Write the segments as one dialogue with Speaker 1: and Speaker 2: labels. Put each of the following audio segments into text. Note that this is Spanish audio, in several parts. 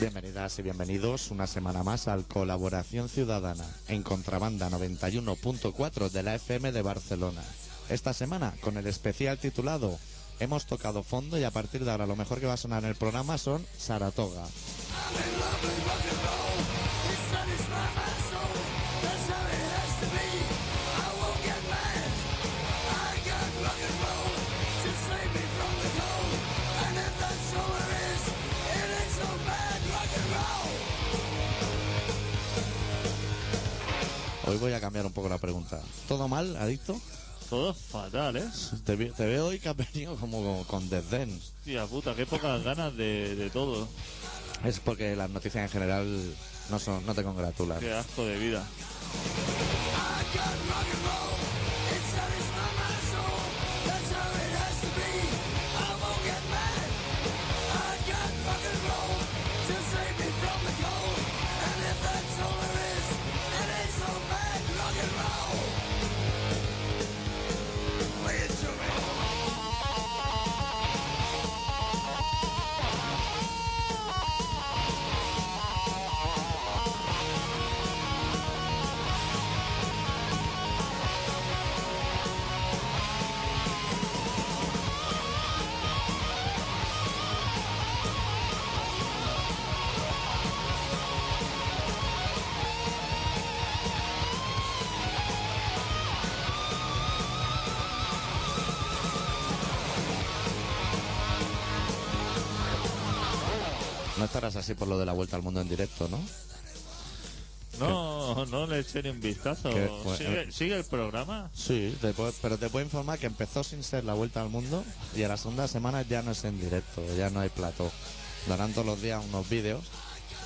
Speaker 1: Bienvenidas y bienvenidos una semana más al Colaboración Ciudadana en Contrabanda 91.4 de la FM de Barcelona. Esta semana con el especial titulado Hemos tocado fondo y a partir de ahora lo mejor que va a sonar en el programa son Saratoga. Hoy voy a cambiar un poco la pregunta. ¿Todo mal, adicto?
Speaker 2: Todo fatal, ¿eh?
Speaker 1: Te, vi- te veo hoy que has venido como con desdén.
Speaker 2: Tía puta, qué pocas ganas de, de todo.
Speaker 1: Es porque las noticias en general no son, no te congratulan.
Speaker 2: Qué asco de vida.
Speaker 1: No estarás así por lo de la vuelta al mundo en directo, ¿no?
Speaker 2: No, no le eché ni un vistazo.
Speaker 1: Qué- pues,
Speaker 2: ¿Sigue,
Speaker 1: eh.
Speaker 2: sigue el programa?
Speaker 1: Sí, te puedo- pero te puedo informar que empezó sin ser la vuelta al mundo y a la segunda semana ya no es en directo, ya no hay plató. Darán todos los días unos vídeos,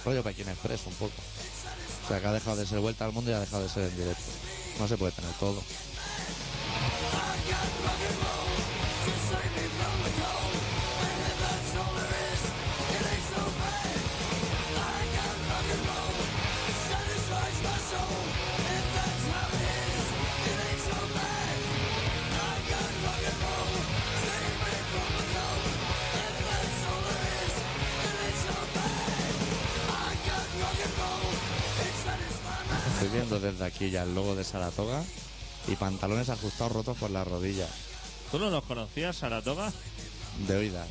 Speaker 1: rollo Pekín Express un poco. O sea que ha dejado de ser vuelta al mundo y ha dejado de ser en directo. No se puede tener todo. Estoy viendo desde aquí ya el logo de Saratoga y pantalones ajustados rotos por las rodillas,
Speaker 2: ¿Tú no los conocías, Saratoga?
Speaker 1: de oídas.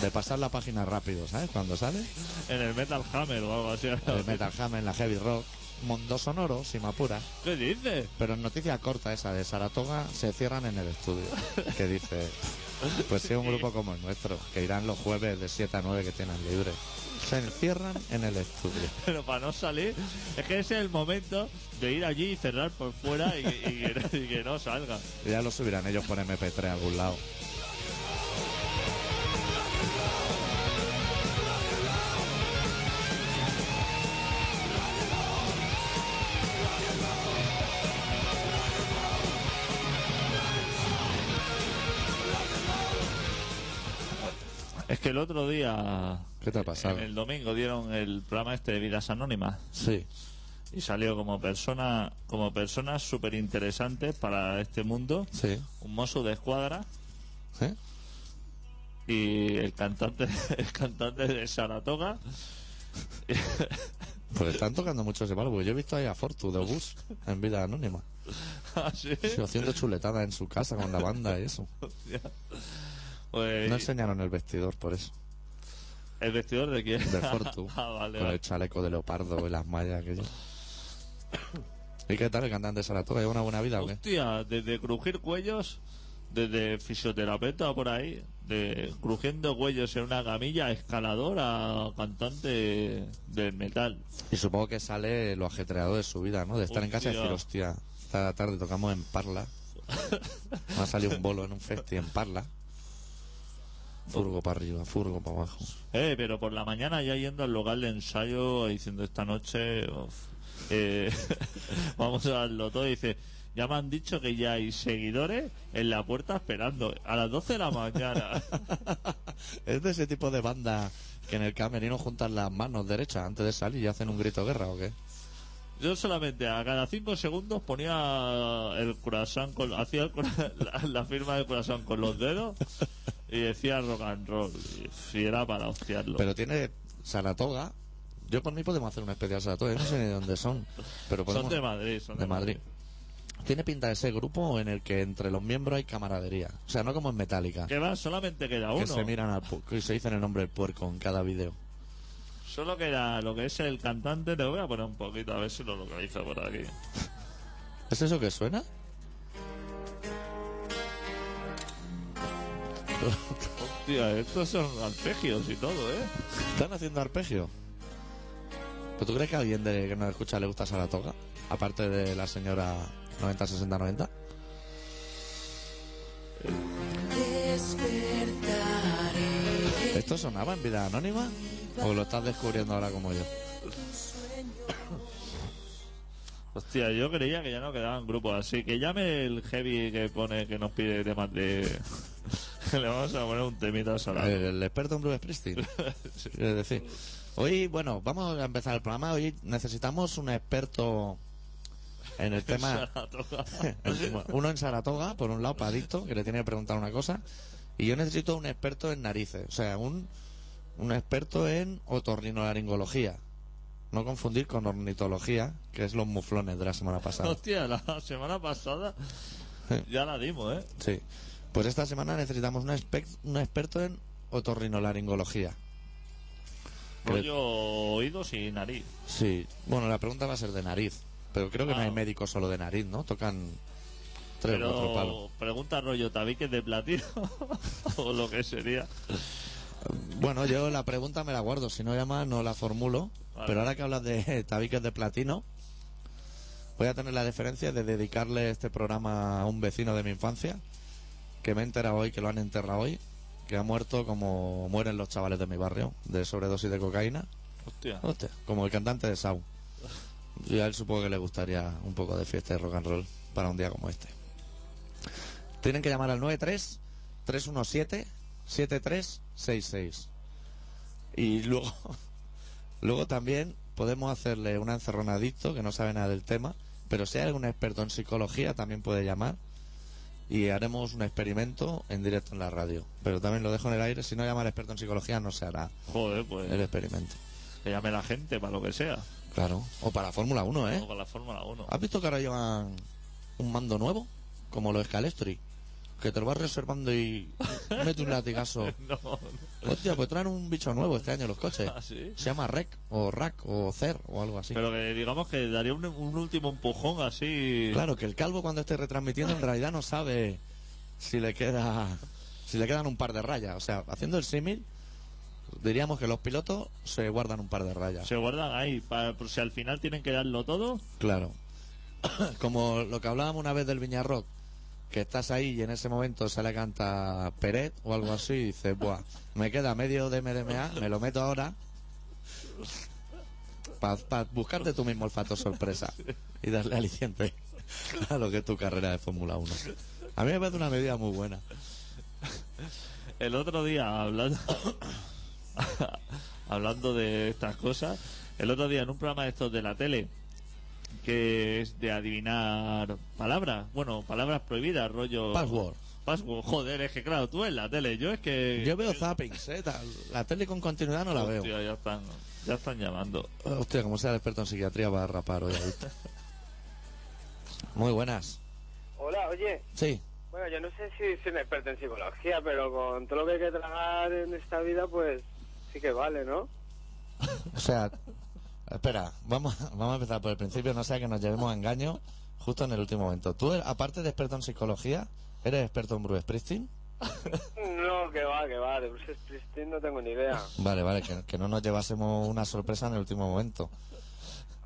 Speaker 1: De pasar la página rápido, ¿sabes? Cuando sale.
Speaker 2: En el Metal Hammer o algo así.
Speaker 1: El Metal Hammer, la Heavy Rock, Mondo Sonoro, si me apuras.
Speaker 2: ¿Qué dices?
Speaker 1: Pero en noticia corta esa de Saratoga se cierran en el estudio. Que dice, pues si un grupo como el nuestro, que irán los jueves de 7 a 9 que tienen libre. Se encierran en el estudio.
Speaker 2: Pero para no salir, es que ese es el momento de ir allí y cerrar por fuera y, y que, no- y que no salga.
Speaker 1: Y ya lo subirán ellos por MP3 a algún lado.
Speaker 2: Es que el otro día,
Speaker 1: ¿Qué te ha pasado?
Speaker 2: el domingo, dieron el programa este de Vidas Anónimas.
Speaker 1: Sí.
Speaker 2: y salió como persona como personas súper interesantes para este mundo
Speaker 1: Sí.
Speaker 2: un mozo de escuadra
Speaker 1: ¿Eh?
Speaker 2: y el cantante el cantante de Saratoga
Speaker 1: Pues están tocando mucho ese palo, porque yo he visto ahí a Fortu de Bus en vida anónima.
Speaker 2: así
Speaker 1: Sí, haciendo chuletadas en su casa con la banda y eso.
Speaker 2: pues
Speaker 1: No enseñaron el vestidor por eso.
Speaker 2: el vestidor de quién
Speaker 1: De Fortu.
Speaker 2: ah, vale,
Speaker 1: con
Speaker 2: vale.
Speaker 1: el chaleco de leopardo y las mallas aquello. ¿Y qué tal el cantante de Saratoga? ¿Lleva una buena vida o qué?
Speaker 2: hostia desde crujir cuellos desde fisioterapeuta por ahí de crujiendo cuellos en una camilla escaladora cantante de metal
Speaker 1: Y supongo que sale lo ajetreado de su vida, ¿no? De estar en casa y decir, hostia, esta tarde tocamos en Parla. Me ha salido un bolo en un festi en Parla. Furgo para arriba, furgo para abajo.
Speaker 2: Eh, pero por la mañana ya yendo al local de ensayo diciendo esta noche uf, eh, vamos a darlo todo. Dice, ya me han dicho que ya hay seguidores en la puerta esperando a las 12 de la mañana.
Speaker 1: ¿Es de ese tipo de banda que en el camerino juntan las manos derechas antes de salir y hacen un grito guerra o qué?
Speaker 2: Yo solamente a cada 5 segundos ponía el corazón con, hacía el cura- la, la firma del corazón con los dedos y decía rock and roll. Y, y era para hostiarlo.
Speaker 1: Pero tiene Saratoga, Yo por mí podemos hacer un especial Saratoga, yo no sé ni dónde son. Pero podemos...
Speaker 2: Son de Madrid, son de,
Speaker 1: de Madrid. Tiene pinta de ese grupo en el que entre los miembros hay camaradería. O sea, no como en Metallica.
Speaker 2: Que va, solamente queda uno.
Speaker 1: Que se miran al pu- y se dicen el nombre del puerco en cada video.
Speaker 2: Solo queda lo que es el cantante. Te voy a poner un poquito a ver si lo localizo por aquí.
Speaker 1: ¿Es eso que suena?
Speaker 2: Hostia, estos son arpegios y todo, ¿eh?
Speaker 1: Están haciendo arpegio. ¿Pero tú crees que a alguien de, que nos escucha le gusta Saratoga? Aparte de la señora 90-60-90.
Speaker 3: Despertaré.
Speaker 1: ¿Esto sonaba en vida anónima? ¿O lo estás descubriendo ahora como yo?
Speaker 2: Hostia, yo creía que ya no quedaban grupos así. Que llame el heavy que pone, que nos pide temas de. Le vamos a poner un temita salado.
Speaker 1: El, el experto en Bruce Springsteen. Es decir, hoy, bueno, vamos a empezar el programa. Hoy necesitamos un experto en el tema. Uno en Saratoga, por un lado, Padito, que le tiene que preguntar una cosa. Y yo necesito un experto en narices. O sea, un, un experto en otorrinolaringología. No confundir con ornitología, que es los muflones de la semana pasada.
Speaker 2: Hostia, la semana pasada ya la dimos, ¿eh?
Speaker 1: Sí. Pues esta semana necesitamos un, expec- un experto en otorrinolaringología. Creo-
Speaker 2: Rollo oídos y nariz.
Speaker 1: Sí. Bueno, la pregunta va a ser de nariz. Pero creo que no
Speaker 2: Ah.
Speaker 1: hay médicos solo de nariz, ¿no? Tocan tres o cuatro palos.
Speaker 2: Pero pregunta rollo tabiques de platino o lo que sería.
Speaker 1: Bueno, yo la pregunta me la guardo. Si no llama, no la formulo.
Speaker 2: Vale.
Speaker 1: Pero ahora que hablas de tabiques de platino, voy a tener la deferencia de dedicarle este programa a un vecino de mi infancia, que me he enterado hoy, que lo han enterrado hoy, que ha muerto como mueren los chavales de mi barrio, de sobredosis de cocaína.
Speaker 2: Hostia.
Speaker 1: Hostia, como el cantante de Sau. Yo a él supongo que le gustaría un poco de fiesta y rock and roll para un día como este. Tienen que llamar al 93-317-7366. Y luego, luego también podemos hacerle una encerronadito que no sabe nada del tema, pero si hay algún experto en psicología también puede llamar y haremos un experimento en directo en la radio. Pero también lo dejo en el aire, si no llama al experto en psicología no se hará
Speaker 2: Joder, pues.
Speaker 1: el experimento.
Speaker 2: Que llame la gente para lo que sea. ¿eh? Ah.
Speaker 1: Claro. O para Fórmula 1,
Speaker 2: O
Speaker 1: ¿eh?
Speaker 2: para la Fórmula 1.
Speaker 1: ¿Has visto que ahora llevan un mando nuevo? Como los Scalestri. Que te lo vas reservando y mete un latigazo.
Speaker 2: No,
Speaker 1: Hostia, pues traen un bicho nuevo este año los coches.
Speaker 2: ¿Ah, sí?
Speaker 1: Se llama REC, o RAC, o CER, o algo así.
Speaker 2: Pero que digamos que daría un, un último empujón así.
Speaker 1: Claro, que el calvo cuando esté retransmitiendo en realidad no sabe si le queda si le quedan un par de rayas. O sea, haciendo el símil, diríamos que los pilotos se guardan un par de rayas.
Speaker 2: Se guardan ahí, para, por si al final tienen que darlo todo.
Speaker 1: Claro. Como lo que hablábamos una vez del Viñarrock, que estás ahí y en ese momento se le canta Peret o algo así y dices, Buah, me queda medio de MDMA, me lo meto ahora para buscarte tú mismo el factor sorpresa y darle aliciente a lo que es tu carrera de Fórmula 1. A mí me parece una medida muy buena.
Speaker 2: El otro día, hablando, hablando de estas cosas, el otro día en un programa de estos de la tele, que es de adivinar palabras, bueno, palabras prohibidas, rollo...
Speaker 1: Password.
Speaker 2: Password, joder, es que claro, tú en la tele, yo es que...
Speaker 1: Yo veo zappings, ¿eh? Tal- La tele con continuidad no la veo.
Speaker 2: Hostia, ya están, ya están llamando.
Speaker 1: Hostia, como sea el experto en psiquiatría va a rapar hoy. ¿viste? Muy buenas.
Speaker 4: Hola, oye.
Speaker 1: Sí.
Speaker 4: Bueno, yo no sé si soy un experto en psicología, pero con todo lo que hay que tragar en esta vida, pues sí que vale, ¿no?
Speaker 1: O sea, espera, vamos, vamos a empezar por el principio, no sea que nos llevemos a engaño justo en el último momento. Tú, aparte de experto en psicología, eres experto en Bruce Springsteen.
Speaker 4: No, que va, que va. De Bruce Springsteen no tengo ni idea.
Speaker 1: Vale, vale, que, que no nos llevásemos una sorpresa en el último momento.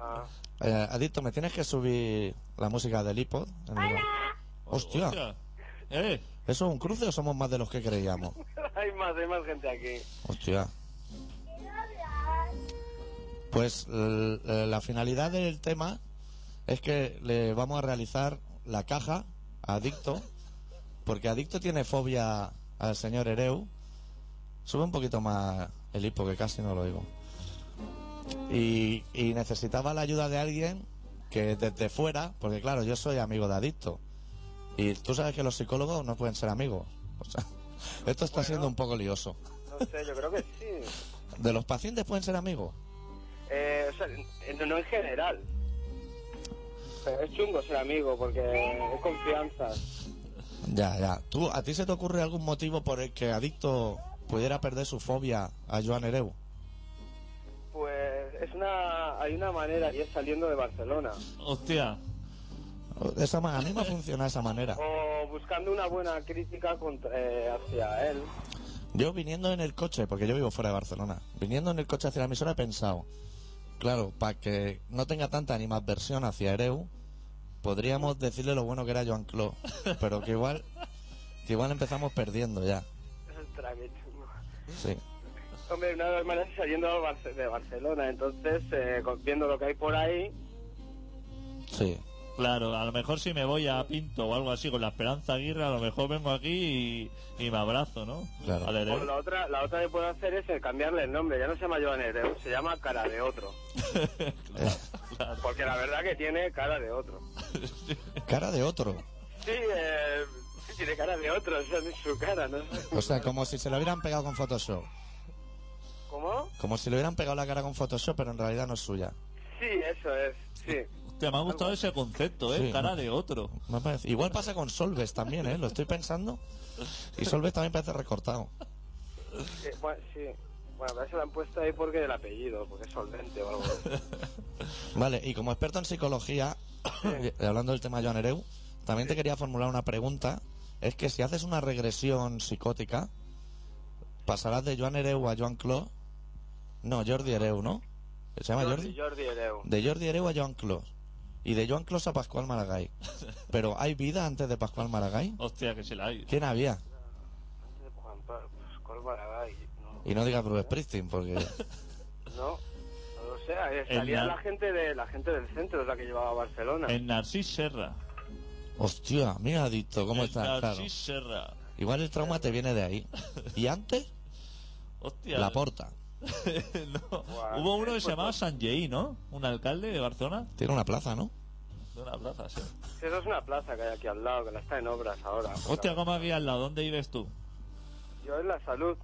Speaker 4: Ah,
Speaker 1: Eh, Adicto, ¿me tienes que subir la música del iPod? En el- Hostia,
Speaker 2: Eh,
Speaker 1: ¿eso es un cruce o somos más de los que creíamos?
Speaker 4: hay más, hay más gente aquí.
Speaker 1: Hostia. Pues l- eh, la finalidad del tema es que le vamos a realizar la caja a Adicto, porque Adicto tiene fobia al señor Ereu. Sube un poquito más el hipo, que casi no lo oigo. Y, y necesitaba la ayuda de alguien que desde fuera, porque claro, yo soy amigo de Adicto. Y tú sabes que los psicólogos no pueden ser amigos. O sea, esto está siendo un poco lioso.
Speaker 4: No sé, yo creo que sí.
Speaker 1: ¿De los pacientes pueden ser amigos?
Speaker 4: Eh, o sea, en- no en general. Pero es chungo ser amigo porque es confianza.
Speaker 1: Ya, ya. ¿Tú, ¿A ti se te ocurre algún motivo por el que Adicto pudiera perder su fobia a Joan Ereu?
Speaker 4: Pues es una, hay una manera y es saliendo de Barcelona.
Speaker 2: Hostia.
Speaker 1: Esa, ma- a mí me funciona de esa manera.
Speaker 4: O buscando una buena crítica contra- eh, hacia él.
Speaker 1: Yo viniendo en el coche, porque yo vivo fuera de Barcelona, viniendo en el coche hacia la emisora he pensado, claro, para que no tenga tanta animadversión hacia Ereu, podríamos decirle lo bueno que era Joan Clos, pero que igual, que igual empezamos perdiendo ya.
Speaker 4: Ostras, qué chungo.
Speaker 1: Sí.
Speaker 4: Hombre, una de las maneras es saliendo de Barce- de Barcelona. Entonces, eh, con- viendo lo que hay por ahí,
Speaker 1: Sí.
Speaker 2: Claro, a lo mejor si me voy a Pinto o algo así con la Esperanza Aguirre, a lo mejor vengo aquí y, y me abrazo, ¿no?
Speaker 1: Claro.
Speaker 2: Al Ereu.
Speaker 4: o pues la otra, la otra que puedo hacer es eh, cambiarle el nombre. Ya no se llama Joan Ereu, se llama Cara de Otro. Porque la verdad que tiene cara de otro.
Speaker 1: Eh, Cara de otro.
Speaker 4: Sí, eh, sí, tiene cara de otro, esa es su cara, ¿no?
Speaker 1: O sea, como si se lo hubieran pegado con Photoshop.
Speaker 4: ¿Cómo?
Speaker 1: Como si le hubieran pegado la cara con Photoshop, pero en realidad no es suya.
Speaker 4: Sí, eso es, sí. Eh,
Speaker 2: Hostia, me ha gustado ese concepto, ¿eh?
Speaker 1: Sí.
Speaker 2: Cara de otro.
Speaker 1: Me parece- Igual pasa con Solves también, ¿eh? Lo estoy pensando. Y Solves también parece recortado.
Speaker 4: Eh, bueno, sí. Bueno, pero se la han puesto ahí porque el apellido, porque es solvente o algo.
Speaker 1: Vale, y como experto en psicología, y hablando del tema Joan Ereu, también te quería formular una pregunta. Es que si haces una regresión psicótica, pasarás de Joan Ereu a Joan Clos. No, Jordi Ereu, ¿no? ¿Se llama Jordi?
Speaker 4: Jordi Ereu.
Speaker 1: De Jordi Ereu a Joan Clos. Y de Joan Clos a Pascual Maragall. Pero ¿hay vida antes de Pascual Maragall?
Speaker 2: Hostia, que se la hay.
Speaker 1: ¿Quién había?
Speaker 4: Antes de Juan Pablo, pues Colmaraga y... No,
Speaker 1: Y no digas Bruce Springsteen, porque...
Speaker 4: no, no lo sé. ahí
Speaker 2: El
Speaker 4: Salía
Speaker 2: na-
Speaker 4: la gente, de, la gente del centro, la que llevaba a Barcelona.
Speaker 2: El Narcís Serra.
Speaker 1: Hostia, mira, Adicto, ¿cómo
Speaker 2: el
Speaker 1: estás? Claro.
Speaker 2: Narcís Serra.
Speaker 1: Igual el trauma te viene de ahí. ¿Y antes?
Speaker 2: Hostia.
Speaker 1: La porta.
Speaker 2: No.
Speaker 4: Buah,
Speaker 2: Hubo uno que
Speaker 4: pues
Speaker 2: se llamaba
Speaker 4: no.
Speaker 2: Sanjei, ¿no? Un alcalde de Barcelona.
Speaker 1: Tiene una plaza, ¿no?
Speaker 2: De una plaza, sí.
Speaker 4: Eso es una plaza que hay aquí al lado, que la está en obras ahora.
Speaker 2: Hostia, ¿cómo aquí al lado? ¿Dónde vives tú?
Speaker 4: Yo en la salud.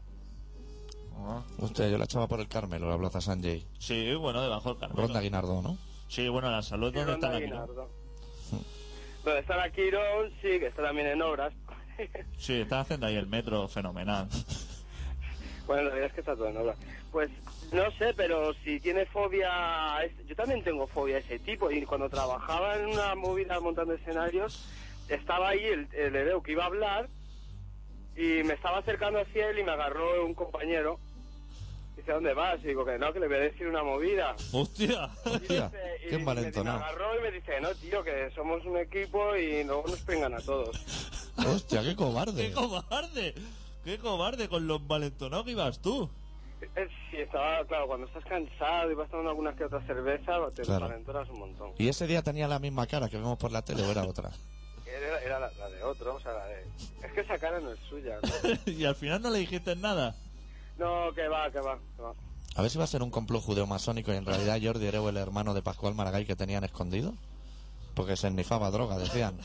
Speaker 1: Hostia, yo la echaba por el Carmelo, la plaza Sanjay.
Speaker 2: Sí, bueno, debajo del Carmelo.
Speaker 1: Ronda Guinardó, ¿no?
Speaker 2: Sí, bueno, la salud, ¿dónde está
Speaker 4: Ronda
Speaker 2: la Quirón?
Speaker 4: Guinardó. Donde está la Quirón, sí, que está también en obras.
Speaker 2: Sí, está haciendo ahí el metro fenomenal.
Speaker 4: Bueno, la verdad es que está todo en obra. Pues no sé, pero si tiene fobia, a este- yo también tengo fobia a ese tipo. Y cuando trabajaba en una movida montando escenarios, estaba ahí el, el Ereu que iba a hablar y me estaba acercando hacia él y me agarró un compañero. Dice, ¿dónde vas? Y digo que no, que le voy a decir una movida.
Speaker 2: ¡Hostia!
Speaker 4: Y
Speaker 1: Hostia,
Speaker 4: dice- y
Speaker 1: qué
Speaker 4: me- Me
Speaker 1: envalentonado.
Speaker 4: agarró y me dice, no, tío, que somos un equipo y luego nos pegan a todos.
Speaker 1: Hostia, qué
Speaker 2: ¡Qué
Speaker 1: cobarde.
Speaker 2: cobarde! ¡Qué cobarde con los valentonados que ibas tú!
Speaker 4: Eh, Sí, estaba, claro, cuando estás cansado y vas tomando algunas que otras cervezas, te
Speaker 1: Claro.
Speaker 4: envalentonas un montón.
Speaker 1: Y ese día tenía la misma cara que vemos por la tele o era otra.
Speaker 4: Era, era la, la de otro, o sea, la de... Es que esa cara no es suya, ¿no?
Speaker 2: y al final no le dijiste nada.
Speaker 4: No, que va, que va, que va.
Speaker 1: A ver si va a ser un complot judeo-masónico y en realidad Jordi era el hermano de Pascual Maragall que tenían escondido. Porque se ennifaba droga, decían.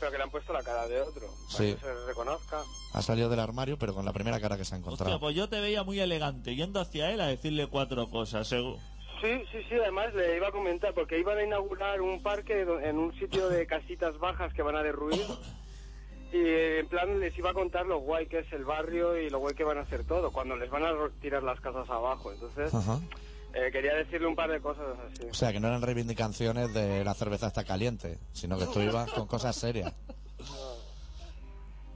Speaker 4: Pero que le han puesto la cara de otro, para
Speaker 1: Sí.
Speaker 4: que se le reconozca.
Speaker 1: Ha salido del armario, pero con la primera cara que se ha
Speaker 2: Hostia,
Speaker 1: encontrado.
Speaker 2: pues yo te veía muy elegante yendo hacia él a decirle cuatro cosas. segu-
Speaker 4: Sí, sí, sí, además le iba a comentar, porque iban a inaugurar un parque do- en un sitio de casitas bajas que van a derruir. Y en plan les iba a contar lo guay que es el barrio y lo guay que van a hacer todo, cuando les van a ro- tirar las casas abajo. Entonces,
Speaker 1: Ajá.
Speaker 4: eh, quería decirle un par de cosas así.
Speaker 1: O sea, que no eran reivindicaciones de la cerveza está caliente, sino que tú ibas con cosas serias.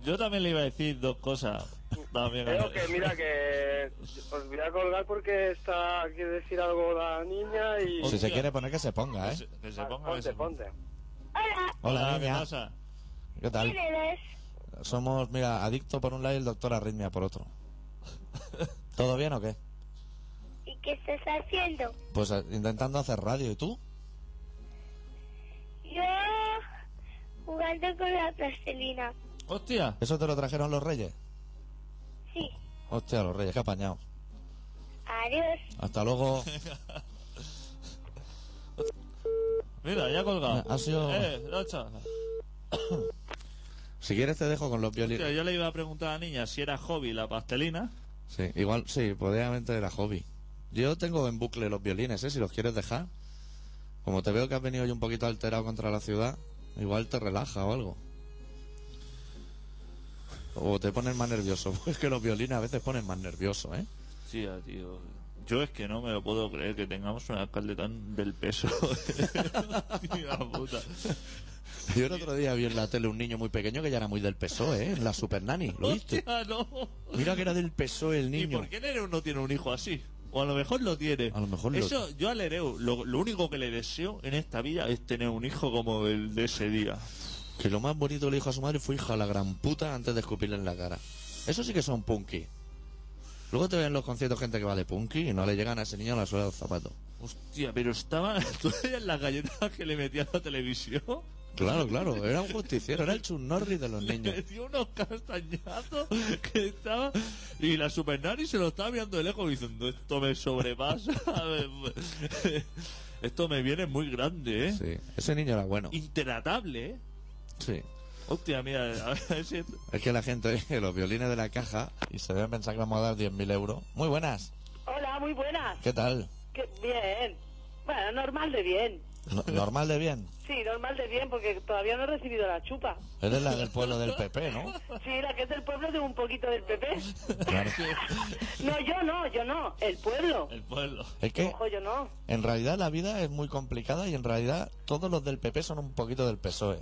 Speaker 2: Yo también le iba a decir dos cosas. También,
Speaker 4: Creo que, mira, que os voy a colgar porque está, quiere decir algo la niña y...
Speaker 1: Si se
Speaker 2: Hostia. Pues,
Speaker 1: quiere poner que se ponga,
Speaker 2: Que
Speaker 1: ¿eh?
Speaker 2: se- que se
Speaker 4: Ah,
Speaker 2: ponga, que
Speaker 4: ponte,
Speaker 2: se ponga.
Speaker 4: ponte.
Speaker 5: Hola,
Speaker 1: Hola,
Speaker 2: Hola, ¿qué
Speaker 1: niña.
Speaker 2: pasa?
Speaker 1: ¿Qué tal?
Speaker 5: ¿quién eres?
Speaker 1: Somos, mira, adicto por un lado y el doctor arritmia por otro. ¿Todo bien o qué?
Speaker 5: ¿Y qué estás haciendo?
Speaker 1: Pues eh, intentando hacer radio, ¿y tú?
Speaker 5: Yo jugando con la plastilina.
Speaker 2: Hostia,
Speaker 1: ¿Eso te lo trajeron los reyes?
Speaker 5: Sí.
Speaker 1: Hostia, los reyes, qué apañado.
Speaker 5: Adiós.
Speaker 1: Hasta luego.
Speaker 2: mira, ya ha colgado.
Speaker 1: Ha sido-
Speaker 2: Eh, Rocha.
Speaker 1: Si quieres te dejo con los
Speaker 2: Hostia,
Speaker 1: violines.
Speaker 2: yo le iba a preguntar a la niña si era hobby la pastelina.
Speaker 1: Sí, igual, sí, podría meter la hobby. Yo tengo en bucle los violines, ¿eh? Si los quieres dejar. Como te veo que has venido hoy un poquito alterado contra la ciudad, igual te relaja o algo. O te pones más nervioso. Pues que los violines a veces ponen más nervioso, ¿eh?
Speaker 2: Tía, tío. Yo es que no me lo puedo creer que tengamos un alcalde tan del peso. Tía puta.
Speaker 1: Yo el otro día vi en la tele un niño muy pequeño que ya era muy del PSOE, ¿eh? En la Super Nani, ¿lo viste?
Speaker 2: Hostia, no.
Speaker 1: Mira que era del PSOE E el
Speaker 2: ¿Y
Speaker 1: niño.
Speaker 2: por qué el Ereu no tiene un hijo así? O a lo mejor lo tiene.
Speaker 1: A lo mejor lo-
Speaker 2: Eso, yo al Ereu, lo, lo único que le deseo en esta vida es tener un hijo como el de ese día.
Speaker 1: Que lo más bonito le dijo a su madre fue hija de la gran puta antes de escupirle en la cara. Eso sí que son punky. Luego te ven en los conciertos gente que va de punky y no le llegan a ese niño a la suela del zapato.
Speaker 2: Hostia, pero estaba todavía en las galletas que le metía a la televisión.
Speaker 1: Claro, claro, era un justiciero, era el Chuck Norris de los niños.
Speaker 2: Le dio unos castañazos que estaba. Y la Super Nani se lo estaba mirando de lejos diciendo: Esto me sobrepasa. Esto me viene muy grande, ¿eh?
Speaker 1: Sí, ese niño era bueno.
Speaker 2: Intratable, ¿eh?
Speaker 1: Sí.
Speaker 2: Hostia, mira, a ver si.
Speaker 1: Es que la gente oye los violines de la caja y se deben pensar que vamos a dar 10.000 euros. Muy buenas,
Speaker 6: Hola, muy buenas.
Speaker 1: ¿qué tal?
Speaker 6: Qué bien. Bueno, normal de bien.
Speaker 1: No- normal de bien.
Speaker 6: Sí, normal de bien, porque todavía no he recibido la chupa.
Speaker 1: Eres la del pueblo del PP, ¿no?
Speaker 6: Sí, la que es del pueblo de un poquito del PP.
Speaker 1: Claro.
Speaker 6: No, yo no, yo no. El pueblo.
Speaker 2: El pueblo.
Speaker 1: Es que
Speaker 6: Ojo, yo no.
Speaker 1: en realidad la vida es muy complicada y en realidad todos los del PP son un poquito del PSOE.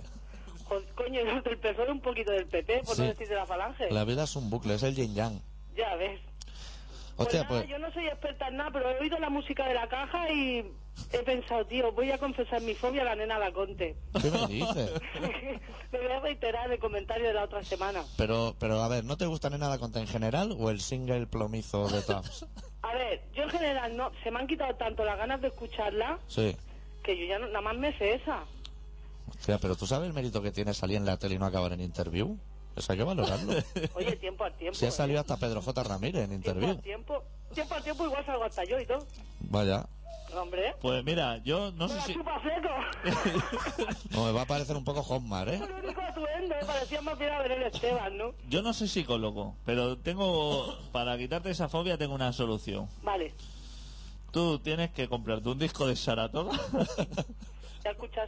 Speaker 6: Jo- coño, los del PSOE un poquito del PP, por
Speaker 1: Sí.
Speaker 6: no decir de la falange.
Speaker 1: La vida es un bucle, es el yin yang.
Speaker 6: Ya ves.
Speaker 1: Hostia,
Speaker 6: nada,
Speaker 1: pues
Speaker 6: Yo no soy experta en nada, pero he oído la música de la caja y he pensado, tío, voy a confesar mi fobia a la nena Laconte.
Speaker 1: ¿qué me dices?
Speaker 6: me voy a reiterar el comentario de la otra semana.
Speaker 1: Pero, pero a ver, ¿no te gusta nada contra en general o el single plomizo de Taps?
Speaker 6: A ver, yo en general no, se me han quitado tanto las ganas de escucharla
Speaker 1: Sí.
Speaker 6: que yo ya no- nada más me sé esa.
Speaker 1: Hostia, pero ¿tú sabes el mérito que tiene salir en la tele y no acabar en interview? Eso hay que valorarlo.
Speaker 6: Oye, tiempo al tiempo.
Speaker 1: Si ha
Speaker 6: ¿eh?
Speaker 1: salido hasta Pedro J. Ramírez en
Speaker 6: tiempo
Speaker 1: interview.
Speaker 6: al tiempo. Tiempo al tiempo igual salgo hasta yo y todo.
Speaker 1: Vaya.
Speaker 6: Hombre, ¿eh?
Speaker 2: Pues mira, yo no
Speaker 6: ¡Me
Speaker 2: sé
Speaker 6: la
Speaker 2: si.
Speaker 6: chupa seco!
Speaker 1: No, me va a parecer un poco Hotmar, ¿eh?
Speaker 6: Con el único atuendo, ¿eh? parecía más bien a Belén Esteban, ¿no?
Speaker 2: Yo no soy psicólogo, pero tengo. Para quitarte esa fobia, tengo una solución.
Speaker 6: Vale,
Speaker 2: Tú tienes que comprarte un disco de Saratoga.
Speaker 6: ya escuchas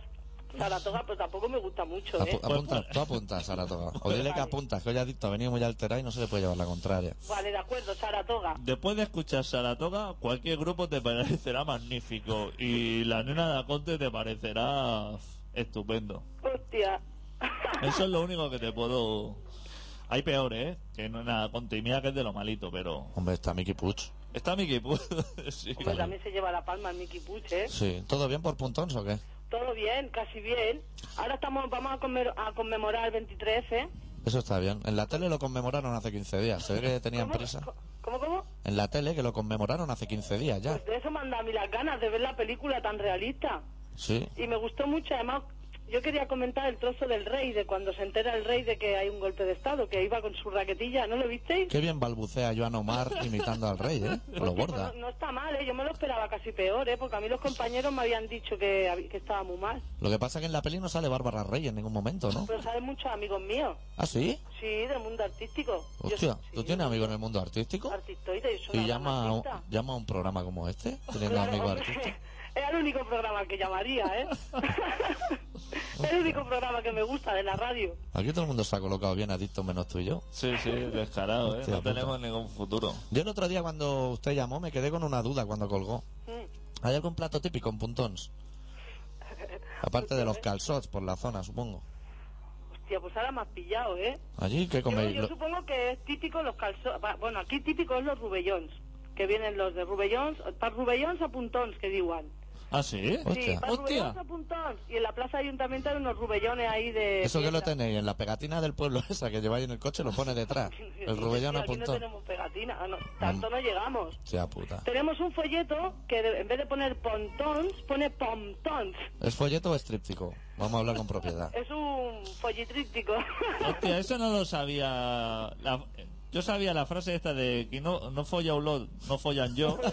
Speaker 6: Saratoga, pero tampoco me gusta mucho, ¿eh?
Speaker 1: Apu- apunta, tú apuntas, Saratoga. O dile que
Speaker 6: Vale.
Speaker 1: apuntas, que hoy adicto ha venido muy alterado y no se le puede llevar la contraria.
Speaker 6: Vale, de acuerdo, Saratoga.
Speaker 2: Después de escuchar Saratoga, cualquier grupo te parecerá magnífico. Y la nena de Aconte te parecerá estupendo.
Speaker 6: Hostia.
Speaker 2: Eso es lo único que te puedo. Hay peores, ¿eh? Que no nada, Conte y mira que es de lo malito, pero.
Speaker 1: Hombre, está Mickey Puch.
Speaker 2: Está mi equipo. sí.
Speaker 6: Hombre, pues también se lleva la palma el Mickey Puch, ¿eh?
Speaker 1: Sí. ¿Todo bien por puntón o qué?
Speaker 6: Todo bien, casi bien. Ahora estamos, vamos a, conmer- a conmemorar el 23, ¿eh?
Speaker 1: Eso está bien. En la tele lo conmemoraron hace 15 días. Se ve que tenían prisa.
Speaker 6: ¿Cómo, cómo?
Speaker 1: En la tele que lo conmemoraron hace 15 días ya.
Speaker 6: Pues de eso me han dado a mí las ganas de ver la película tan realista.
Speaker 1: Sí.
Speaker 6: Y me gustó mucho, además, yo quería comentar el trozo del rey, de cuando se entera el rey de que hay un golpe de Estado, que iba con su raquetilla, ¿no lo visteis?
Speaker 1: Qué bien balbucea Joan Omar imitando al rey, ¿eh? Lo
Speaker 6: Hostia,
Speaker 1: gorda.
Speaker 6: pues No, no está mal, ¿eh? Yo me lo esperaba casi peor, ¿eh? Porque a mí los compañeros me habían dicho que, hab- que estaba muy mal.
Speaker 1: Lo que pasa es que en la peli no sale Bárbara Rey en ningún momento, ¿no?
Speaker 6: Pero saben muchos amigos míos.
Speaker 1: ¿Ah, sí?
Speaker 6: Sí, del mundo artístico. Yo
Speaker 1: Hostia,
Speaker 6: soy- sí,
Speaker 1: ¿tú tienes amigos en el mundo artístico?
Speaker 6: Artistoide, yo soy
Speaker 1: ¿Y
Speaker 6: una gran
Speaker 1: llama a,
Speaker 6: artista.
Speaker 1: llama a un programa como este? Teniendo
Speaker 6: Claro,
Speaker 1: amigos
Speaker 6: hombre,
Speaker 1: artísticos.
Speaker 6: Era el único programa al que llamaría, ¿eh? el único programa que me gusta de la radio.
Speaker 1: Aquí todo el mundo se ha colocado bien adicto menos tú y yo.
Speaker 2: Sí, sí, descarado, ¿eh?
Speaker 1: Hostia
Speaker 2: No
Speaker 1: puta.
Speaker 2: tenemos ningún futuro.
Speaker 1: Yo el otro día cuando usted llamó me quedé con una duda cuando colgó.
Speaker 6: Mm,
Speaker 1: ¿Hay algún plato típico en Puntons? Aparte de los calzots por la zona, supongo.
Speaker 6: Hostia, pues ahora me has pillado, ¿eh?
Speaker 1: Allí, ¿qué
Speaker 6: Yo,
Speaker 1: coméis?
Speaker 6: yo
Speaker 1: Lo-
Speaker 6: supongo que es típico los calzones... Bueno, aquí típico es los rubellons, que vienen los de rubellons, para rubellons a puntons, que digan.
Speaker 2: ¿Ah, sí?
Speaker 1: Hostia.
Speaker 6: Sí, para
Speaker 2: Hostia.
Speaker 6: rubellons a puntons. Y en la plaza ayuntamiento hay unos rubellones ahí de...
Speaker 1: Eso que lo
Speaker 6: fiesta.
Speaker 1: tenéis en la pegatina del pueblo esa que lleváis en el coche, lo pone detrás. El rubellón
Speaker 6: Aquí
Speaker 1: a
Speaker 6: no
Speaker 1: puntón. Mm.
Speaker 6: tenemos pegatina, ah, no, tanto no llegamos.
Speaker 1: Hostia puta.
Speaker 6: Tenemos un folleto que de- en vez de poner pontons, pone pomtons.
Speaker 1: ¿Es folleto o estríptico? Vamos a hablar con propiedad.
Speaker 6: Es un follitríptico.
Speaker 2: Hostia, eso no lo sabía. La- Yo sabía la frase esta de que no, no folla un lot, no follan yo.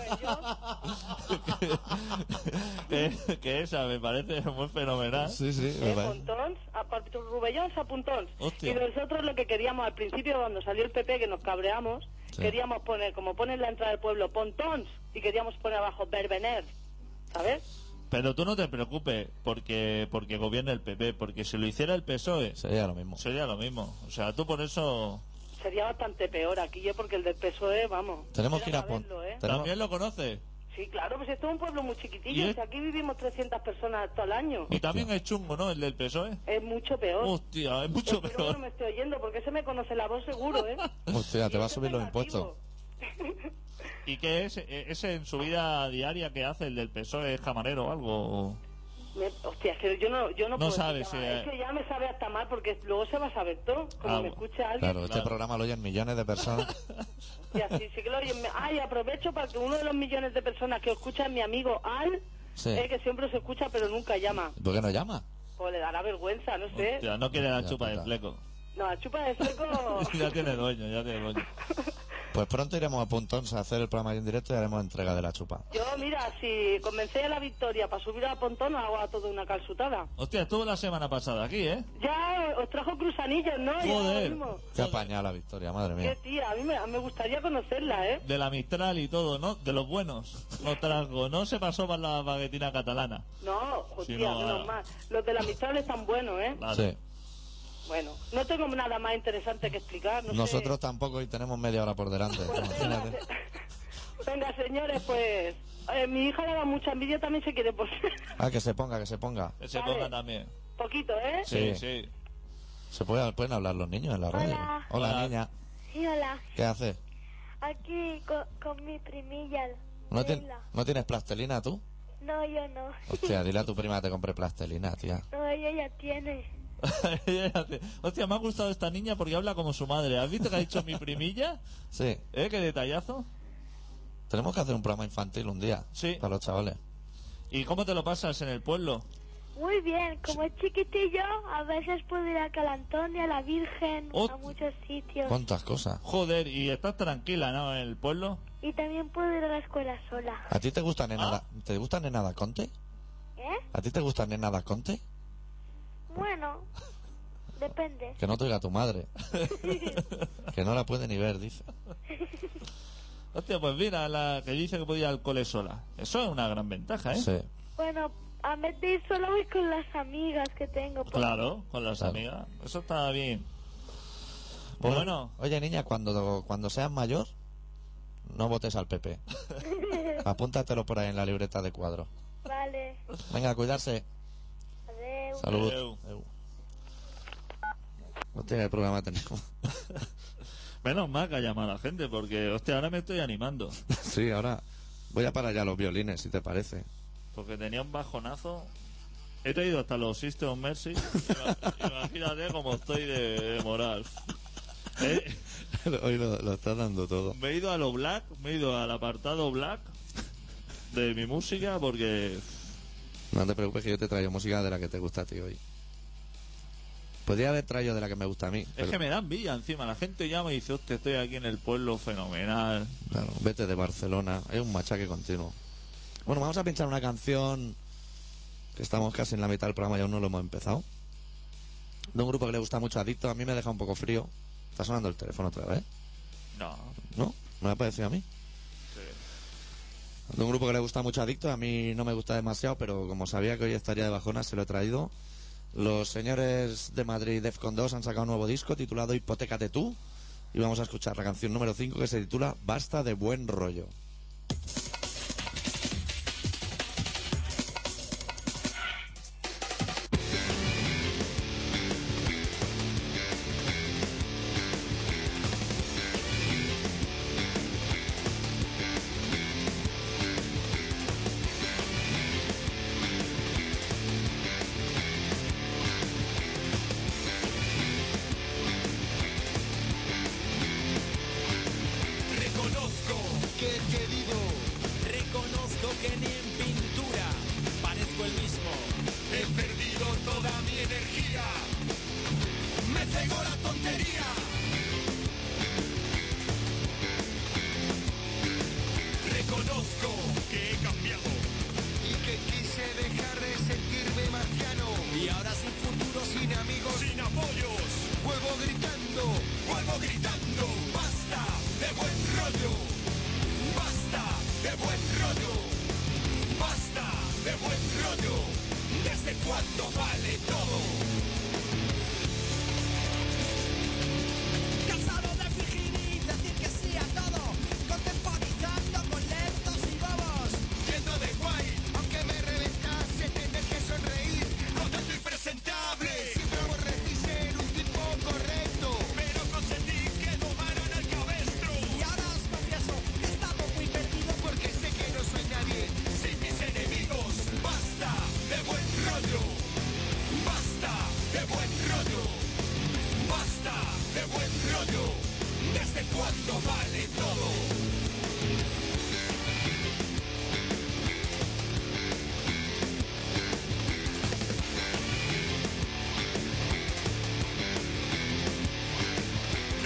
Speaker 2: Eh, que, que esa me parece muy fenomenal.
Speaker 1: ¿Ah? sí,
Speaker 6: Eh, pontons, a, para Rubellón, Sapuntón.
Speaker 2: Hostia.
Speaker 6: Y nosotros lo que queríamos al principio, cuando salió el PP, que nos cabreamos,
Speaker 2: Sí.
Speaker 6: queríamos poner, como ponen la entrada del pueblo, Pontons, y queríamos poner abajo Berbener, ¿sabes?
Speaker 2: Pero tú no te preocupes porque porque gobierna el PP, porque si lo hiciera el PSOE
Speaker 1: Sería lo mismo.
Speaker 2: E, sería lo mismo. O sea, tú por eso
Speaker 6: Sería bastante peor aquí, ¿eh? porque el del PSOE, vamos.
Speaker 1: Tenemos que ir
Speaker 6: era
Speaker 1: a
Speaker 6: pa'
Speaker 1: Pon-
Speaker 6: verlo, ¿eh?
Speaker 1: Tenemos-
Speaker 2: también lo conoces.
Speaker 6: Sí, claro, pues esto es un pueblo muy
Speaker 2: ¿Y
Speaker 6: chiquitillo,
Speaker 2: es?
Speaker 6: si aquí vivimos 300 personas todo el año.
Speaker 1: Mm.
Speaker 2: Y también es chungo, ¿no? El del PSOE.
Speaker 6: Es mucho peor.
Speaker 2: E. Hostia, es mucho
Speaker 6: Espero que no me
Speaker 2: peor.
Speaker 6: estoy oyendo, porque se me conoce la voz seguro, ¿eh?
Speaker 1: Hostia, Ah, te va a
Speaker 6: Ese
Speaker 1: subir los
Speaker 6: negativo.
Speaker 1: impuestos.
Speaker 2: ¿Y qué es? ¿E- ¿Ese en su vida diaria que hace el del PSOE? ¿Es camarero o algo? o?
Speaker 6: Me- hostia, es que yo no, yo no,
Speaker 2: No
Speaker 6: puedo
Speaker 2: sabes,
Speaker 6: explicar
Speaker 2: eh.
Speaker 6: más. Es que ya me sabe hasta mal, porque luego se va a saber todo. Como
Speaker 2: Ah, bueno.
Speaker 6: me escucha alguien,
Speaker 1: Claro, este
Speaker 2: Claro.
Speaker 1: programa lo oyen millones de personas.
Speaker 6: y así, sí que lo oyen. Me- Ay, aprovecho para que uno de los millones de personas que escucha es mi amigo Al,
Speaker 1: Sí.
Speaker 6: eh, que siempre se escucha pero nunca llama.
Speaker 1: ¿Por qué no llama?
Speaker 6: Pues le dará vergüenza, no sé.
Speaker 2: Hostia, no quiere la
Speaker 1: Ya,
Speaker 2: chupa de
Speaker 1: puta.
Speaker 2: fleco.
Speaker 6: No, la chupa de seco...
Speaker 2: ya tiene dueño, ya tiene dueño.
Speaker 1: Pues pronto iremos a Puntons a hacer el programa en directo y haremos entrega de la chupa.
Speaker 6: Yo, mira, si comencé a la victoria para subir a Pontón, hago a toda una calzutada.
Speaker 2: Hostia, estuvo la semana pasada aquí, ¿eh?
Speaker 6: Ya os trajo cruzanillos, ¿no? Ya lo
Speaker 2: Joder.
Speaker 6: mismo.
Speaker 1: Qué apañada la victoria, madre
Speaker 6: Qué
Speaker 1: mía.
Speaker 6: tía, a mí me, me gustaría conocerla, ¿eh?
Speaker 2: De la Mistral y todo, ¿no? De los buenos. Lo trajo. No se pasó para la baguetina catalana.
Speaker 6: No,
Speaker 2: Sí,
Speaker 6: hostia,
Speaker 2: no, ahora.
Speaker 1: eh.
Speaker 6: menos mal. Los de la Mistral están buenos, ¿eh?
Speaker 2: Claro.
Speaker 1: Sí.
Speaker 6: Bueno, no tengo nada más interesante que explicar. No sé. Pues
Speaker 1: Nosotros tampoco y tenemos media hora por delante. Imagínate.
Speaker 6: Venga, señores, pues... eh, mi hija le da mucha envidia, también se quiere poner...
Speaker 1: Ah, que se ponga, que se ponga.
Speaker 2: Que se
Speaker 6: Vale.
Speaker 2: ponga también.
Speaker 6: Poquito, ¿eh?
Speaker 2: Sí,
Speaker 1: Sí.
Speaker 2: sí.
Speaker 1: ¿Se puede, pueden hablar los niños en la radio?
Speaker 5: Hola.
Speaker 2: Hola.
Speaker 1: niña.
Speaker 5: Sí, hola.
Speaker 1: ¿Qué haces?
Speaker 5: Aquí con, con mi primilla.
Speaker 1: ¿No, tien-
Speaker 5: Leila.
Speaker 1: ¿No tienes plastelina tú?
Speaker 5: No, yo no.
Speaker 1: Hostia, dile a tu prima que te compre plastelina, tía.
Speaker 5: No, ella ya tiene.
Speaker 2: Hostia, me ha gustado esta niña porque habla como su madre. ¿Has visto que ha dicho mi primilla?
Speaker 1: Sí.
Speaker 2: ¿Eh? ¿Qué detallazo?
Speaker 1: Tenemos que hacer un programa infantil un día.
Speaker 2: Sí.
Speaker 1: Para los chavales.
Speaker 2: ¿Y cómo te lo pasas en el pueblo?
Speaker 5: Muy bien, como es chiquitillo, a veces puedo ir a Calantón y a la Virgen,
Speaker 2: Ot-
Speaker 5: a muchos sitios.
Speaker 1: ¿Cuántas cosas?
Speaker 2: Joder, ¿y estás tranquila, no? En el pueblo.
Speaker 5: Y también puedo ir a la escuela sola.
Speaker 1: ¿A ti te gusta Nenada, ¿te gusta Nenada Conte?
Speaker 5: ¿Eh?
Speaker 1: ¿A ti te gusta Nenada Conte?
Speaker 5: Bueno, depende.
Speaker 1: Que no te oiga tu madre. que no la puede ni ver, dice.
Speaker 2: Hostia, pues mira, la que dice que podía ir al cole sola. Eso es una gran ventaja, ¿eh?
Speaker 1: Sí.
Speaker 5: Bueno, a vez de ir sola voy con las amigas que tengo. pues, porque
Speaker 2: Claro, con las
Speaker 1: Claro.
Speaker 2: amigas. Eso está bien. Pues bueno,
Speaker 1: Oye, niña, cuando, cuando seas mayor, no votes al PP. Apúntatelo por ahí en la libreta de cuadro.
Speaker 5: Vale,
Speaker 1: Venga, a cuidarse.
Speaker 5: adiós.
Speaker 1: Salud.
Speaker 2: Adeu.
Speaker 1: Adeu. Hostia, qué programa tenemos.
Speaker 2: menos mal que ha llamado a la gente porque, hostia, ahora me estoy animando.
Speaker 1: sí, ahora voy a parar ya los violines, si te parece.
Speaker 2: Porque tenía un bajonazo. He traído hasta los System of Mercy. Ima- Imagínate cómo estoy de, de moral. He-
Speaker 1: Hoy lo, lo estás dando todo.
Speaker 2: me he ido a lo black, me he ido al apartado black de mi música porque
Speaker 1: No te preocupes que yo te traigo música de la que te gusta a ti hoy. Podría haber traído de la que me gusta a mí.
Speaker 2: es
Speaker 1: pero-
Speaker 2: que me dan villa encima. La gente llama y dice, hostia, estoy aquí en el pueblo fenomenal.
Speaker 1: Claro, vete de Barcelona. Es un machaque continuo. Bueno, vamos a pinchar una canción que estamos casi en la mitad del programa y aún no lo hemos empezado. De un grupo que le gusta mucho a Adicto. A mí me deja un poco frío. Está sonando el teléfono otra vez,
Speaker 2: No.
Speaker 1: ¿no? ¿Me lo ha parecido a mí? De un grupo que le gusta mucho a Adicto. A mí no me gusta demasiado, pero como sabía que hoy estaría de bajona, se lo he traído. Los señores de Madrid Defcon 2 han sacado un nuevo disco titulado Hipotecate tú. Y vamos a escuchar la canción número 5 que se titula Basta de buen rollo.
Speaker 7: Reconozco que he querido, reconozco que ni en pintura parezco el mismo. He perdido toda mi energía, me cegó la tontería. Reconozco que he cambiado y que quise dejar de sentirme marciano. Y ahora sin futuro, sin amigos, no vale todo. Cansado de fingir y decir que sí a todo, contemporizando con lentos y bobos. Yendo de guay, aunque me reventase, tener que sonreír, contento y presentable. Siempre aborrecí ser un tipo correcto, pero consentí que domaron al cabestro. Y ahora os confieso que estamos muy perdidos porque sé que no soy nadie sin mis enemigos. Basta de buen rollo, basta de buen rollo, basta de buen rollo. ¿Desde cuándo vale todo?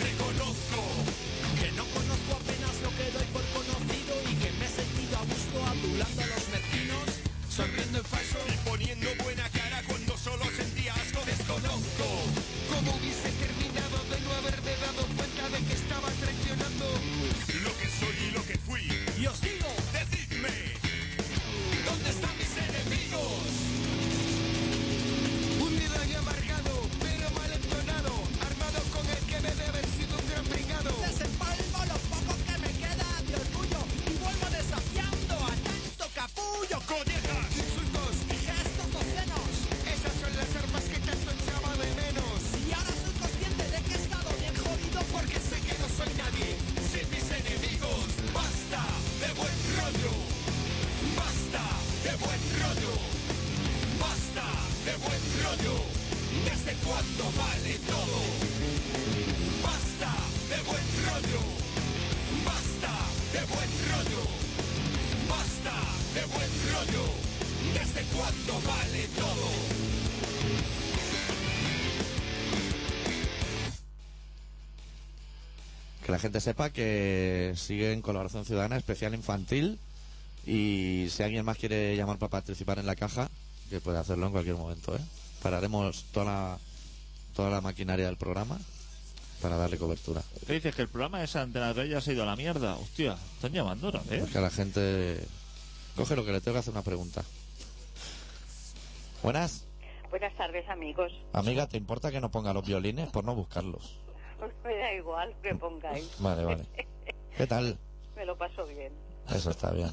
Speaker 7: Reconozco que no conozco apenas lo que doy por conocido y que me he sentido a gusto adulando a los mezquinos, sonriendo en falso y poniendo buena cara cuando solo sentía asco. Desconozco cómo hubiese terminado de no haberme dado cuenta de que estaba traicionando lo que soy y lo que fui. Y os digo, decidme, ¿dónde están mis enemigos? Hundido y amargado, pero mal entonado, armado con el que me debe haber sido un gran pringado. Desempalmo los pocos que me quedan de orgullo y vuelvo desafiando a tanto capullo. Collejas, insultos y gestos obscenos. Esas son las armas que tanto echaba de menos. Y ahora soy consciente de que he estado bien jodido porque sé que no soy nadie sin mis enemigos. Basta de buen rollo. Basta de buen rollo. Basta de buen rollo, desde cuándo vale todo. Basta de buen rollo, basta de buen rollo, basta de buen rollo, desde cuándo vale todo.
Speaker 1: Que la gente sepa que sigue en Colaboración Ciudadana, especial infantil. Y si alguien más quiere llamar para participar en la caja, que puede hacerlo en cualquier momento, ¿eh? Pararemos toda la, toda la maquinaria del programa para darle cobertura.
Speaker 2: ¿Qué dices? Que el programa de Santana 3 ya se ha ido a la mierda. Hostia, están llamando otra vez.
Speaker 1: Es que la gente coge lo que le tengo que hacer una pregunta. Buenas.
Speaker 6: Buenas tardes, amigos.
Speaker 1: Amiga, ¿te importa que no ponga los violines por no buscarlos?
Speaker 6: Me da igual que pongáis.
Speaker 1: Vale, vale. ¿Qué tal?
Speaker 6: Me lo paso bien.
Speaker 1: Eso está bien.